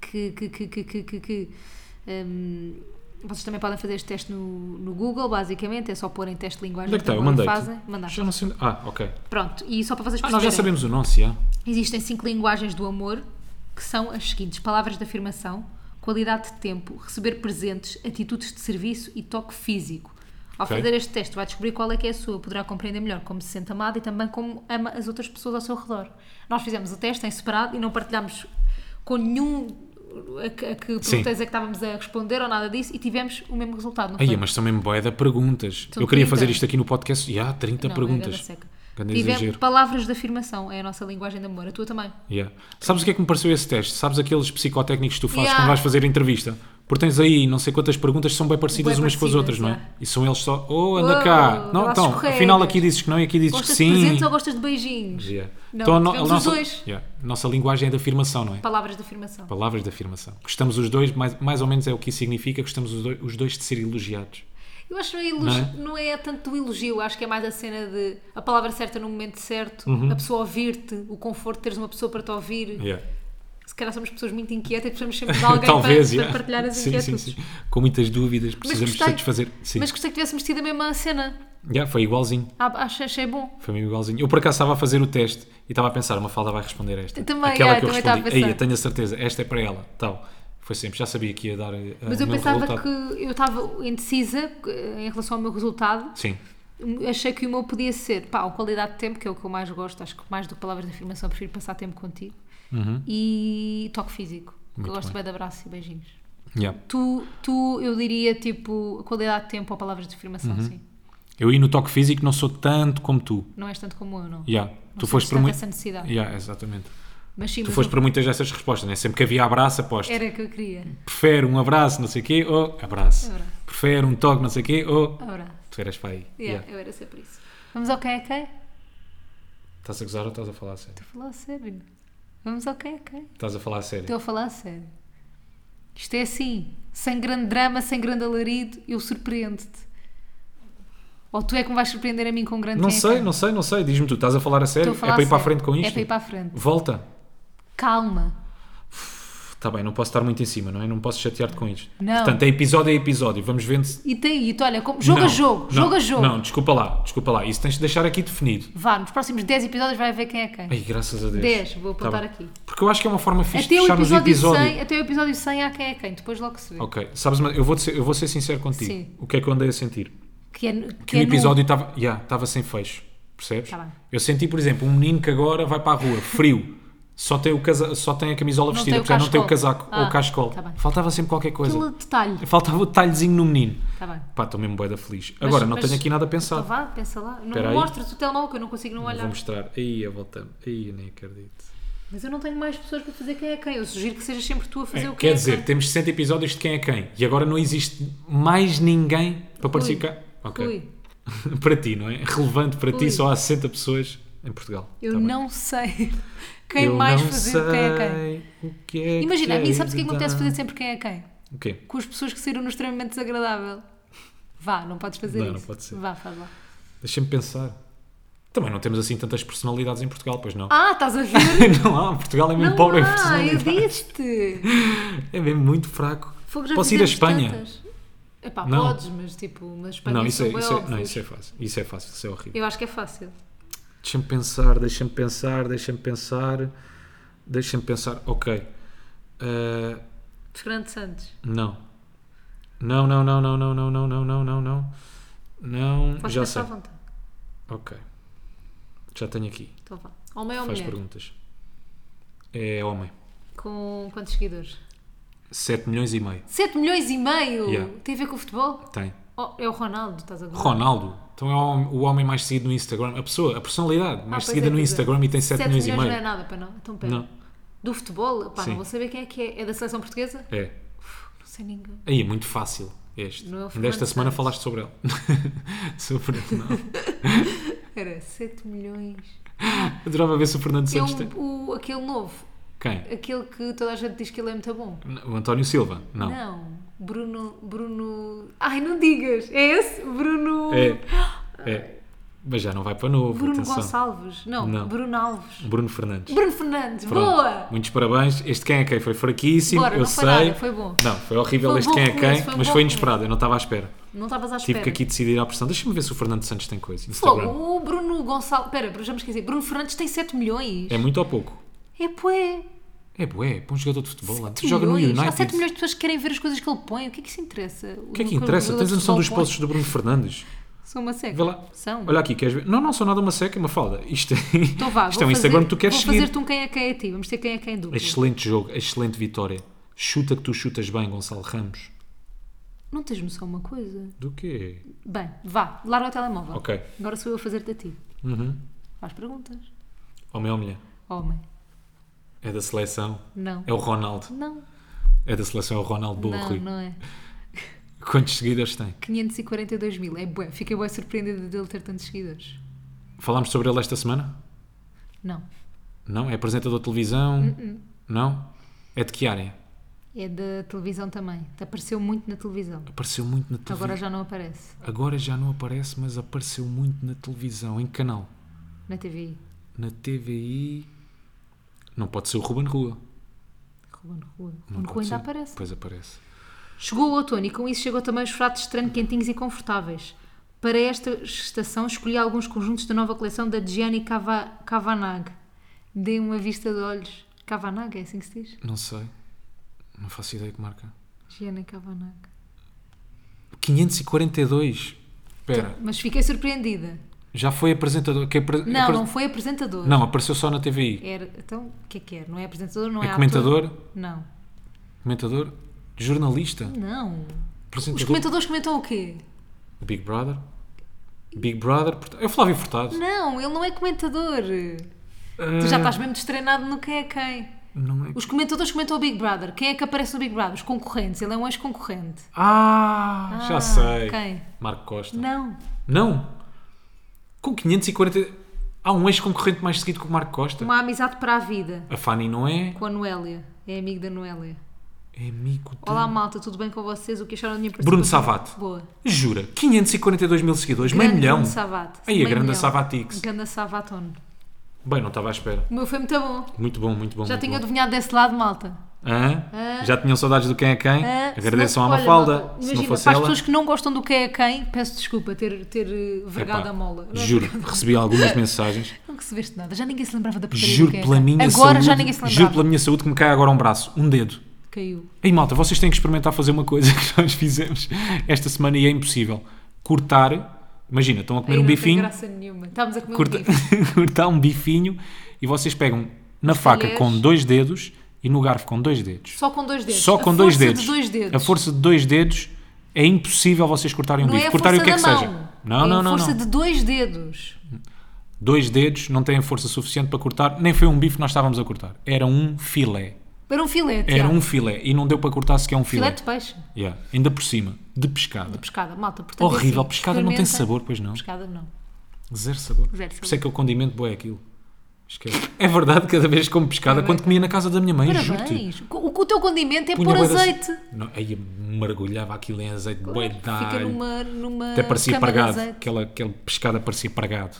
Speaker 1: que, que, que, que, que, que, que, hum, vocês também podem fazer este teste no, no Google, basicamente, é só pôr em teste de linguagem
Speaker 2: Onde é que está? Eu
Speaker 1: amor e
Speaker 2: mandei.
Speaker 1: fazem. Mandaste.
Speaker 2: Já não sei. onde- Ah, ok.
Speaker 1: Pronto, e só para vocês
Speaker 2: Ah, nós já
Speaker 1: perceberem.
Speaker 2: sabemos o nosso, já.
Speaker 1: Existem cinco linguagens do amor, que são as seguintes: palavras de afirmação, qualidade de tempo, receber presentes, atitudes de serviço e toque físico. Ao
Speaker 2: Ok.
Speaker 1: fazer este teste, vai descobrir qual é que é a sua, poderá compreender melhor como se sente amada e também como ama as outras pessoas ao seu redor. Nós fizemos o teste em separado e não partilhámos com nenhum a que, a que
Speaker 2: Sim.
Speaker 1: perguntas é que estávamos a responder ou nada disso e tivemos o mesmo resultado. Não
Speaker 2: Aí,
Speaker 1: foi?
Speaker 2: mas também boeda perguntas.
Speaker 1: São
Speaker 2: eu queria
Speaker 1: 30.
Speaker 2: fazer isto aqui no podcast. Já, 30
Speaker 1: Não, é
Speaker 2: perguntas.
Speaker 1: grande seca.
Speaker 2: Grande
Speaker 1: Tivemos
Speaker 2: exagero.
Speaker 1: palavras de afirmação, é a nossa linguagem de amor, a tua também.
Speaker 2: Yeah. Sabes o que é que me pareceu esse teste? Sabes aqueles psicotécnicos que tu fazes
Speaker 1: Yeah.
Speaker 2: quando vais fazer entrevista? Porque tens aí não sei quantas perguntas que são bem parecidas
Speaker 1: Bem
Speaker 2: umas com as
Speaker 1: parecidas,
Speaker 2: outras, não é?
Speaker 1: yeah.
Speaker 2: E são eles só, oh, anda
Speaker 1: Oh,
Speaker 2: cá. Não,
Speaker 1: lá
Speaker 2: então,
Speaker 1: escorregas.
Speaker 2: afinal aqui dizes que não e aqui dizes
Speaker 1: Gostas
Speaker 2: que
Speaker 1: de
Speaker 2: sim.
Speaker 1: presentes ou gostas de beijinhos?
Speaker 2: Yeah. Então,
Speaker 1: Não,
Speaker 2: a no- a
Speaker 1: tivemos os
Speaker 2: nossa,
Speaker 1: dois.
Speaker 2: yeah, a nossa linguagem é de afirmação, não é?
Speaker 1: Palavras de afirmação.
Speaker 2: Palavras de afirmação. Gostamos os dois, mais, mais ou menos é o que isso significa, gostamos os dois, os dois de ser elogiados.
Speaker 1: Eu acho que não é, elogio,
Speaker 2: Não é?
Speaker 1: não é tanto o elogio, acho que é mais a cena de a palavra certa no momento certo, a pessoa ouvir-te, o conforto de teres uma pessoa para te ouvir.
Speaker 2: Uhum. Yeah.
Speaker 1: Se calhar somos pessoas muito inquietas, precisamos sempre de alguém
Speaker 2: Talvez,
Speaker 1: para,
Speaker 2: yeah.
Speaker 1: para partilhar as
Speaker 2: sim, sim,
Speaker 1: inquietudes.
Speaker 2: sim. Com muitas dúvidas, precisamos
Speaker 1: gostei.
Speaker 2: satisfazer. Sim.
Speaker 1: Mas gostei que tivéssemos tido a mesma cena.
Speaker 2: Yeah, foi igualzinho.
Speaker 1: Ah, achei, achei bom.
Speaker 2: Foi meio igualzinho. Eu por acaso estava a fazer o teste e estava a pensar, uma falda vai responder esta.
Speaker 1: Eu também,
Speaker 2: Aquela
Speaker 1: é,
Speaker 2: que eu
Speaker 1: também estava
Speaker 2: respondi.
Speaker 1: a pensar.
Speaker 2: Aí, eu tenho a certeza, esta é para ela. Tal. Foi sempre, já sabia que ia dar eh,
Speaker 1: Mas
Speaker 2: o
Speaker 1: eu
Speaker 2: mesmo
Speaker 1: pensava
Speaker 2: resultado.
Speaker 1: que eu estava indecisa eh, em relação ao meu resultado.
Speaker 2: Sim.
Speaker 1: Achei que o meu podia ser pá, a qualidade de tempo, que é o que eu mais gosto, acho que mais do que palavras de afirmação,
Speaker 2: Uhum.
Speaker 1: prefiro passar tempo contigo. E toque físico. que eu gosto bem de abraço e beijinhos.
Speaker 2: Yeah.
Speaker 1: Tu, tu, eu diria, tipo, qualidade de tempo ou palavras de afirmação,
Speaker 2: Uhum.
Speaker 1: sim.
Speaker 2: Eu aí no toque físico não sou tanto como tu.
Speaker 1: Não és tanto como eu, não.
Speaker 2: Yeah.
Speaker 1: Não
Speaker 2: tu
Speaker 1: sentes
Speaker 2: foste para
Speaker 1: tanto
Speaker 2: muito.
Speaker 1: essa necessidade.
Speaker 2: Yeah, exatamente.
Speaker 1: Mas sim,
Speaker 2: Tu
Speaker 1: mas
Speaker 2: foste
Speaker 1: eu-
Speaker 2: para muitas dessas respostas, né? Sempre que havia abraço, aposto.
Speaker 1: era que eu queria.
Speaker 2: Prefere um abraço, não sei o quê, ou abraço.
Speaker 1: Abraço.
Speaker 2: Prefere um toque, não sei o quê, ou.
Speaker 1: Abraço.
Speaker 2: Tu eras para aí.
Speaker 1: Yeah,
Speaker 2: Yeah.
Speaker 1: Eu era sempre isso. Vamos ao quem é quem?
Speaker 2: Estás a gozar ou estás a falar a sério?
Speaker 1: Estou a falar a sério. Vamos ao quem é quem?
Speaker 2: Estás a falar a sério.
Speaker 1: Estou a falar a sério. Isto é assim. Sem grande drama, sem grande alarido, eu surpreendo-te. Ou tu é que me vais surpreender a mim com um grande
Speaker 2: Não
Speaker 1: quem é
Speaker 2: sei,
Speaker 1: quem?
Speaker 2: não sei, não sei. Diz-me tu, estás a falar a sério?
Speaker 1: Estou a falar
Speaker 2: é para ir para a
Speaker 1: sério.
Speaker 2: frente com isto?
Speaker 1: É para ir para a frente.
Speaker 2: Volta.
Speaker 1: Calma.
Speaker 2: Está bem, não posso estar muito em cima, não é? Não posso chatear-te com isto.
Speaker 1: Não.
Speaker 2: Portanto, é episódio a episódio. Vamos vendo se.
Speaker 1: E tem ido, olha, como... jogo a
Speaker 2: Não,
Speaker 1: jogo,
Speaker 2: não,
Speaker 1: jogo a jogo.
Speaker 2: Não, desculpa lá, desculpa lá. Isso tens de deixar aqui definido.
Speaker 1: Vá, nos próximos 10 episódios vai ver quem é quem.
Speaker 2: Ai, graças a Deus.
Speaker 1: 10, vou
Speaker 2: Tá
Speaker 1: apontar
Speaker 2: bem.
Speaker 1: aqui.
Speaker 2: Porque eu acho que é uma forma fixe
Speaker 1: Até
Speaker 2: de
Speaker 1: o,
Speaker 2: fecharmos o
Speaker 1: episódio
Speaker 2: episódio.
Speaker 1: 100, até o episódio 100 há quem é quem, depois logo se vê.
Speaker 2: Ok, sabes, mas eu vou, ser, eu vou ser sincero contigo.
Speaker 1: Sim.
Speaker 2: O que é que eu andei a sentir?
Speaker 1: Que é, que
Speaker 2: Que
Speaker 1: é
Speaker 2: o
Speaker 1: nu.
Speaker 2: episódio estava yeah, estava sem fecho, percebes?
Speaker 1: Tá bem.
Speaker 2: eu senti, por exemplo, um menino que agora vai para a rua, frio, só tem, o casa, só tem a camisola vestida,
Speaker 1: tem o
Speaker 2: portanto não tem o
Speaker 1: cachecol.
Speaker 2: casaco
Speaker 1: Ah,
Speaker 2: ou o cachecol.
Speaker 1: tá bem.
Speaker 2: Faltava sempre qualquer coisa.
Speaker 1: Aquele detalhe.
Speaker 2: Faltava o talhezinho no menino.
Speaker 1: Tá bem.
Speaker 2: Pá, estou mesmo boeda feliz. Agora, não
Speaker 1: mas-
Speaker 2: tenho aqui nada
Speaker 1: Então
Speaker 2: pensado.
Speaker 1: vá, pensa lá.
Speaker 2: Espera
Speaker 1: Não
Speaker 2: aí.
Speaker 1: mostra-te o telemóvel que eu não consigo não olhar.
Speaker 2: Vou mostrar. Aí, eu voltando. Aí, eu nem acredito.
Speaker 1: Mas eu não tenho mais pessoas para fazer quem é quem. Eu sugiro que sejas sempre tu a fazer
Speaker 2: É,
Speaker 1: o que
Speaker 2: quer
Speaker 1: é
Speaker 2: dizer,
Speaker 1: quem.
Speaker 2: temos 60 episódios de quem é quem. E agora não existe mais ninguém para participar. Ok. tá
Speaker 1: Rui,
Speaker 2: para ti, não é? Relevante para
Speaker 1: Ui.
Speaker 2: ti, só há 60 pessoas em Portugal.
Speaker 1: eu
Speaker 2: Tá bem.
Speaker 1: não sei quem
Speaker 2: Eu
Speaker 1: mais
Speaker 2: não
Speaker 1: fazer o quem é quem.
Speaker 2: sei o que é
Speaker 1: Imagina, a
Speaker 2: que
Speaker 1: mim sabes o que é que
Speaker 2: hei de
Speaker 1: acontece
Speaker 2: dar.
Speaker 1: fazer sempre quem é quem?
Speaker 2: O quê?
Speaker 1: Com as pessoas que saíram no extremamente desagradável. Vá, não podes fazer
Speaker 2: Não,
Speaker 1: isso.
Speaker 2: não pode ser.
Speaker 1: Vá, faz lá.
Speaker 2: Deixa-me pensar. Também não temos assim tantas personalidades em Portugal, pois não?
Speaker 1: Ah, estás a ver?
Speaker 2: não há, Portugal é mesmo
Speaker 1: não
Speaker 2: pobre em
Speaker 1: há, eu
Speaker 2: personalidades.
Speaker 1: disse-te.
Speaker 2: É mesmo muito fraco.
Speaker 1: Fogo, já
Speaker 2: Posso ir à
Speaker 1: fizemos
Speaker 2: Espanha?
Speaker 1: tantas. Epá,
Speaker 2: Não.
Speaker 1: podes, mas tipo, mas Espanha
Speaker 2: Não isso, é, isso, é, não,
Speaker 1: óbvios.
Speaker 2: isso é fácil. Isso é fácil, isso é horrível.
Speaker 1: Eu acho que é fácil.
Speaker 2: Deixa-me pensar, deixa-me pensar, deixa-me pensar, deixa-me pensar. Ok. Ah,
Speaker 1: Fernando Santos.
Speaker 2: não. Não, não, não, não, não, não, não, não, não, não, não. Não,
Speaker 1: Podes
Speaker 2: já
Speaker 1: pensar
Speaker 2: sei.
Speaker 1: à vontade.
Speaker 2: Ok. Já tenho aqui.
Speaker 1: Então vá. Homem ou
Speaker 2: Faz
Speaker 1: mulher?
Speaker 2: perguntas. É homem.
Speaker 1: Com quantos seguidores?
Speaker 2: 7 milhões e meio.
Speaker 1: 7 milhões e meio!
Speaker 2: Yeah.
Speaker 1: Tem a ver com o futebol?
Speaker 2: Tem.
Speaker 1: Oh, é o Ronaldo, estás a ver?
Speaker 2: Ronaldo. Então é o homem- o homem mais seguido no Instagram. A pessoa, a personalidade
Speaker 1: pois
Speaker 2: mais seguida
Speaker 1: é,
Speaker 2: no
Speaker 1: pois é.
Speaker 2: Instagram e tem 7,
Speaker 1: 7
Speaker 2: milhões, e
Speaker 1: não é
Speaker 2: meio.
Speaker 1: nada para não. Então pera.
Speaker 2: Não.
Speaker 1: Do futebol? Pá,
Speaker 2: Sim.
Speaker 1: não vou saber quem é que é. É da seleção portuguesa?
Speaker 2: É.
Speaker 1: Não sei ninguém.
Speaker 2: Aí é muito fácil este.
Speaker 1: Não é o
Speaker 2: Ainda
Speaker 1: Fernando
Speaker 2: Esta semana
Speaker 1: Santos.
Speaker 2: falaste sobre ele. sobre ele, não.
Speaker 1: Era 7 milhões.
Speaker 2: Adorava ver se o Fernando
Speaker 1: É
Speaker 2: Santos tem.
Speaker 1: um, o, aquele novo.
Speaker 2: Quem?
Speaker 1: Aquele que toda a gente diz que ele é muito bom.
Speaker 2: O António Silva? Não.
Speaker 1: Não. Bruno. Bruno. Ai, não digas! É esse? Bruno.
Speaker 2: É. É. Mas já não vai para novo.
Speaker 1: Bruno
Speaker 2: atenção.
Speaker 1: Gonçalves. Não,
Speaker 2: Não.
Speaker 1: Bruno Alves.
Speaker 2: Bruno Fernandes.
Speaker 1: Bruno Fernandes,
Speaker 2: Pronto.
Speaker 1: boa!
Speaker 2: Muitos parabéns. Este quem é quem foi fraquíssimo.
Speaker 1: Bora,
Speaker 2: eu
Speaker 1: não foi
Speaker 2: sei.
Speaker 1: nada, foi bom.
Speaker 2: Não, foi horrível
Speaker 1: Foi um
Speaker 2: este
Speaker 1: bom
Speaker 2: quem é
Speaker 1: começo,
Speaker 2: quem,
Speaker 1: foi um
Speaker 2: mas
Speaker 1: bom
Speaker 2: foi
Speaker 1: começo.
Speaker 2: inesperado. Eu não estava à espera.
Speaker 1: Não estavas à
Speaker 2: Tive
Speaker 1: espera.
Speaker 2: que aqui decidir à pressão. Deixa-me ver se o Fernando Santos tem coisa. Instagram.
Speaker 1: Fogo, um o Bruno Gonçalves. Pera, já me esqueci. Bruno Fernandes tem 7 milhões.
Speaker 2: É muito ou pouco?
Speaker 1: É, poé.
Speaker 2: É bué, para um jogador de futebol. lá.
Speaker 1: 7
Speaker 2: Joga no
Speaker 1: milhões.
Speaker 2: United.
Speaker 1: Há 7 milhões de pessoas que querem ver as coisas que ele põe. O que é que isso interessa?
Speaker 2: O que é que interessa? Tens a noção dos
Speaker 1: postos?
Speaker 2: postos do Bruno Fernandes?
Speaker 1: São uma seca.
Speaker 2: Vê lá.
Speaker 1: São.
Speaker 2: Olha aqui, queres ver? Não, não, sou nada uma seca, uma falda. Isto,
Speaker 1: então vá,
Speaker 2: isto
Speaker 1: vou
Speaker 2: é um Instagram que tu queres
Speaker 1: vou
Speaker 2: seguir.
Speaker 1: fazer-te um quem é quem a ti. Vamos ter quem é quem duplo.
Speaker 2: Excelente jogo, excelente vitória. Chuta que tu chutas bem, Gonçalo Ramos.
Speaker 1: Não tens noção de uma coisa?
Speaker 2: Do quê?
Speaker 1: Bem, vá, larga o telemóvel.
Speaker 2: Ok.
Speaker 1: Agora sou eu a fazer-te a ti.
Speaker 2: Uhum.
Speaker 1: Faz perguntas.
Speaker 2: Homem ou mulher?
Speaker 1: Homem.
Speaker 2: É da seleção.
Speaker 1: Não.
Speaker 2: É o Ronaldo.
Speaker 1: Não.
Speaker 2: É da seleção, é o Ronaldo Boa
Speaker 1: Não,
Speaker 2: Rui.
Speaker 1: não é.
Speaker 2: Quantos seguidores tem?
Speaker 1: 542 mil. É bué. Fiquei bué surpreendida dele ter tantos seguidores.
Speaker 2: Falámos sobre ele esta semana?
Speaker 1: Não.
Speaker 2: Não? É apresentador de televisão?
Speaker 1: Uh,
Speaker 2: Não? É de que área?
Speaker 1: É da televisão também. Apareceu muito na televisão.
Speaker 2: Apareceu muito na televisão.
Speaker 1: Agora já não aparece.
Speaker 2: Agora já não aparece, mas apareceu muito na televisão. Em que canal?
Speaker 1: Na TVI.
Speaker 2: Na TVI. Não pode ser o Ruben Rua.
Speaker 1: Ruben Rua.
Speaker 2: Não
Speaker 1: Ruben Rua
Speaker 2: pode
Speaker 1: ainda
Speaker 2: ser.
Speaker 1: aparece.
Speaker 2: Pois aparece.
Speaker 1: Chegou o outono e com isso chegou também os fatos de treino quentinhos e confortáveis. Para esta estação escolhi alguns conjuntos da nova coleção da Gianni Cava- Cavanagh. Dei uma vista de olhos. Cavanagh, é assim que se diz?
Speaker 2: Não sei. Não faço ideia que marca.
Speaker 1: Gianni Cavanagh.
Speaker 2: 542. Espera.
Speaker 1: Mas fiquei surpreendida.
Speaker 2: Já foi apresentador. Que apre-
Speaker 1: Então- Não,
Speaker 2: apre-
Speaker 1: não foi apresentador.
Speaker 2: Não, apareceu só na TVI.
Speaker 1: Era, então, o que é que era? Não é apresentador, não é,
Speaker 2: É
Speaker 1: ator?
Speaker 2: comentador?
Speaker 1: Não.
Speaker 2: Comentador? Jornalista?
Speaker 1: Não. Os
Speaker 2: Apresentador?
Speaker 1: comentadores comentam o quê?
Speaker 2: Big Brother? Big Brother? Porta- É o Flávio Furtado? Ah,
Speaker 1: Não, ele não é comentador. Tu
Speaker 2: Hum.
Speaker 1: já estás mesmo destreinado no quem é quem.
Speaker 2: Não é...
Speaker 1: Os comentadores comentam o Big Brother. Quem é que aparece no Big Brother? Os concorrentes. Ele é um ex-concorrente.
Speaker 2: Ah,
Speaker 1: Ah,
Speaker 2: já sei.
Speaker 1: quem?
Speaker 2: Marco Costa. Não.
Speaker 1: Não.
Speaker 2: Com 540... Há um ex-concorrente mais seguido que o Marco Costa?
Speaker 1: Uma amizade para a vida.
Speaker 2: A Fanny não é?
Speaker 1: Com a Noélia. É amigo da Noélia.
Speaker 2: É amigo de...
Speaker 1: Olá, malta. Tudo bem com vocês? O que acharam da minha
Speaker 2: Bruno
Speaker 1: participação?
Speaker 2: Savate.
Speaker 1: Boa.
Speaker 2: Jura? 542 mil seguidores, meio
Speaker 1: Grande
Speaker 2: milhão.
Speaker 1: Bruno Savate.
Speaker 2: Aí, a
Speaker 1: Meio
Speaker 2: grande
Speaker 1: milhão.
Speaker 2: Savatix.
Speaker 1: Grande Savatone.
Speaker 2: Bem, não estava à espera.
Speaker 1: O meu foi muito bom.
Speaker 2: Muito bom, muito bom.
Speaker 1: Já
Speaker 2: muito
Speaker 1: tinha
Speaker 2: bom.
Speaker 1: adivinhado desse lado, malta.
Speaker 2: Hã?
Speaker 1: Hã?
Speaker 2: Já tinham saudades do quem é quem?
Speaker 1: Ah,
Speaker 2: Agradeçam
Speaker 1: se
Speaker 2: à
Speaker 1: não- olha,
Speaker 2: Mafalda.
Speaker 1: malta,
Speaker 2: se não
Speaker 1: imagina,
Speaker 2: fosse
Speaker 1: para as
Speaker 2: ela.
Speaker 1: pessoas que não gostam do que é quem, peço desculpa ter, ter eh,
Speaker 2: Epá,
Speaker 1: vergado a mola. Não é
Speaker 2: Juro,
Speaker 1: vergado.
Speaker 2: recebi algumas mensagens.
Speaker 1: Não recebeste nada. Já ninguém se lembrava da porcaria do
Speaker 2: Juro
Speaker 1: que é
Speaker 2: pela
Speaker 1: quem.
Speaker 2: minha
Speaker 1: Agora
Speaker 2: saúde.
Speaker 1: já ninguém se lembrava.
Speaker 2: juro pela minha saúde que me cai agora um braço, um dedo.
Speaker 1: Caiu.
Speaker 2: Ei malta, vocês têm que experimentar fazer uma coisa que nós fizemos esta semana e é impossível. Cortar, imagina, estão a
Speaker 1: Aí
Speaker 2: comer um
Speaker 1: não
Speaker 2: bifinho,
Speaker 1: tem graça nenhuma. Estávamos a comer
Speaker 2: corta-
Speaker 1: um bife.
Speaker 2: cortar um bifinho e vocês pegam na faca
Speaker 1: talheres.
Speaker 2: com dois dedos e no garfo com dois dedos.
Speaker 1: Só com dois dedos.
Speaker 2: Só
Speaker 1: A
Speaker 2: com dois
Speaker 1: força de
Speaker 2: dedos.
Speaker 1: dois dedos.
Speaker 2: A força de dois dedos é impossível vocês cortarem um
Speaker 1: Não
Speaker 2: bife.
Speaker 1: é a
Speaker 2: cortarem
Speaker 1: força
Speaker 2: o que é
Speaker 1: da
Speaker 2: que
Speaker 1: mão.
Speaker 2: seja. Não,
Speaker 1: é
Speaker 2: não,
Speaker 1: a
Speaker 2: não.
Speaker 1: força
Speaker 2: não.
Speaker 1: de dois dedos.
Speaker 2: Dois dedos não têm força suficiente para cortar. Nem foi um bife que nós estávamos a cortar. Era um filé.
Speaker 1: Era um filete.
Speaker 2: Era
Speaker 1: já.
Speaker 2: um filé. E não deu para cortar sequer um filé.
Speaker 1: filete de peixe.
Speaker 2: Yeah. Ainda por cima. De pescada.
Speaker 1: Pescada, malta. Portanto, é
Speaker 2: Horrível.
Speaker 1: assim,
Speaker 2: pescada não tem
Speaker 1: experimenta.
Speaker 2: sabor, pois não.
Speaker 1: Pescada não.
Speaker 2: Zero sabor.
Speaker 1: Zero
Speaker 2: Por isso
Speaker 1: sabor.
Speaker 2: é que o condimento boa é aquilo. Esquece. É verdade, cada vez como pescada, quando comia na casa da minha mãe, juro-te.
Speaker 1: Parabéns. O, o teu condimento é
Speaker 2: punha
Speaker 1: pôr
Speaker 2: bué de
Speaker 1: azeite.
Speaker 2: Não, aí eu mergulhava aquilo em azeite, boé de
Speaker 1: Fica
Speaker 2: alho.
Speaker 1: numa, numa
Speaker 2: Até parecia
Speaker 1: cama de
Speaker 2: pregado.
Speaker 1: azeite.
Speaker 2: Aquela, aquela pescada parecia pregado.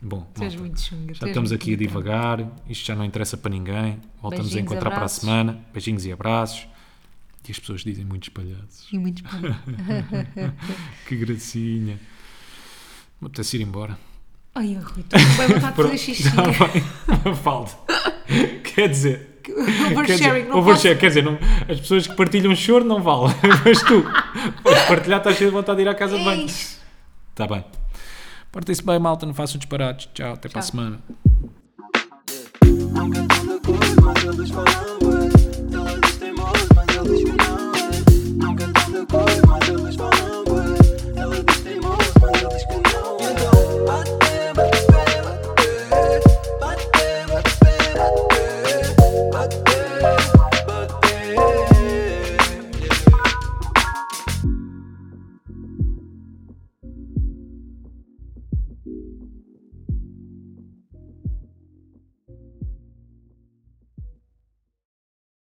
Speaker 2: Bom,
Speaker 1: Tu és
Speaker 2: malta,
Speaker 1: muito chunga. tu
Speaker 2: já
Speaker 1: és
Speaker 2: estamos
Speaker 1: muito
Speaker 2: aqui a
Speaker 1: bonita.
Speaker 2: divagar. Isto já não interessa para ninguém. Voltamos
Speaker 1: Beijinhos,
Speaker 2: a encontrar
Speaker 1: abraços.
Speaker 2: para a semana. Beijinhos e abraços. E as pessoas dizem muitos palhaços.
Speaker 1: E muito bom.
Speaker 2: Que gracinha. Vou até ir embora.
Speaker 1: Ai, Rui, tu vai voltar a fazer
Speaker 2: Pronto,
Speaker 1: xixi.
Speaker 2: já vai. Falta. Quer dizer... Quer
Speaker 1: Oversharing,
Speaker 2: dizer,
Speaker 1: não posso.
Speaker 2: overshare, quer dizer, não- as pessoas que partilham choro não valem, mas tu podes partilhar, estás cheio de vontade de ir à casa
Speaker 1: É
Speaker 2: de banho.
Speaker 1: Eis.
Speaker 2: Está bem. Portem-se bem, malta, não façam disparates. Tchau, até para a
Speaker 1: Tchau.
Speaker 2: semana.
Speaker 3: Não cantando cores, mas é. eles falam bué. Elas dizem moço, mas eles não é. Não cantando cores, mas é. eles falam bué. Elas dizem moço, mas eles que não é. Então, bate, bate, bate, bate. Bate, bate, bate, bate. Yeah.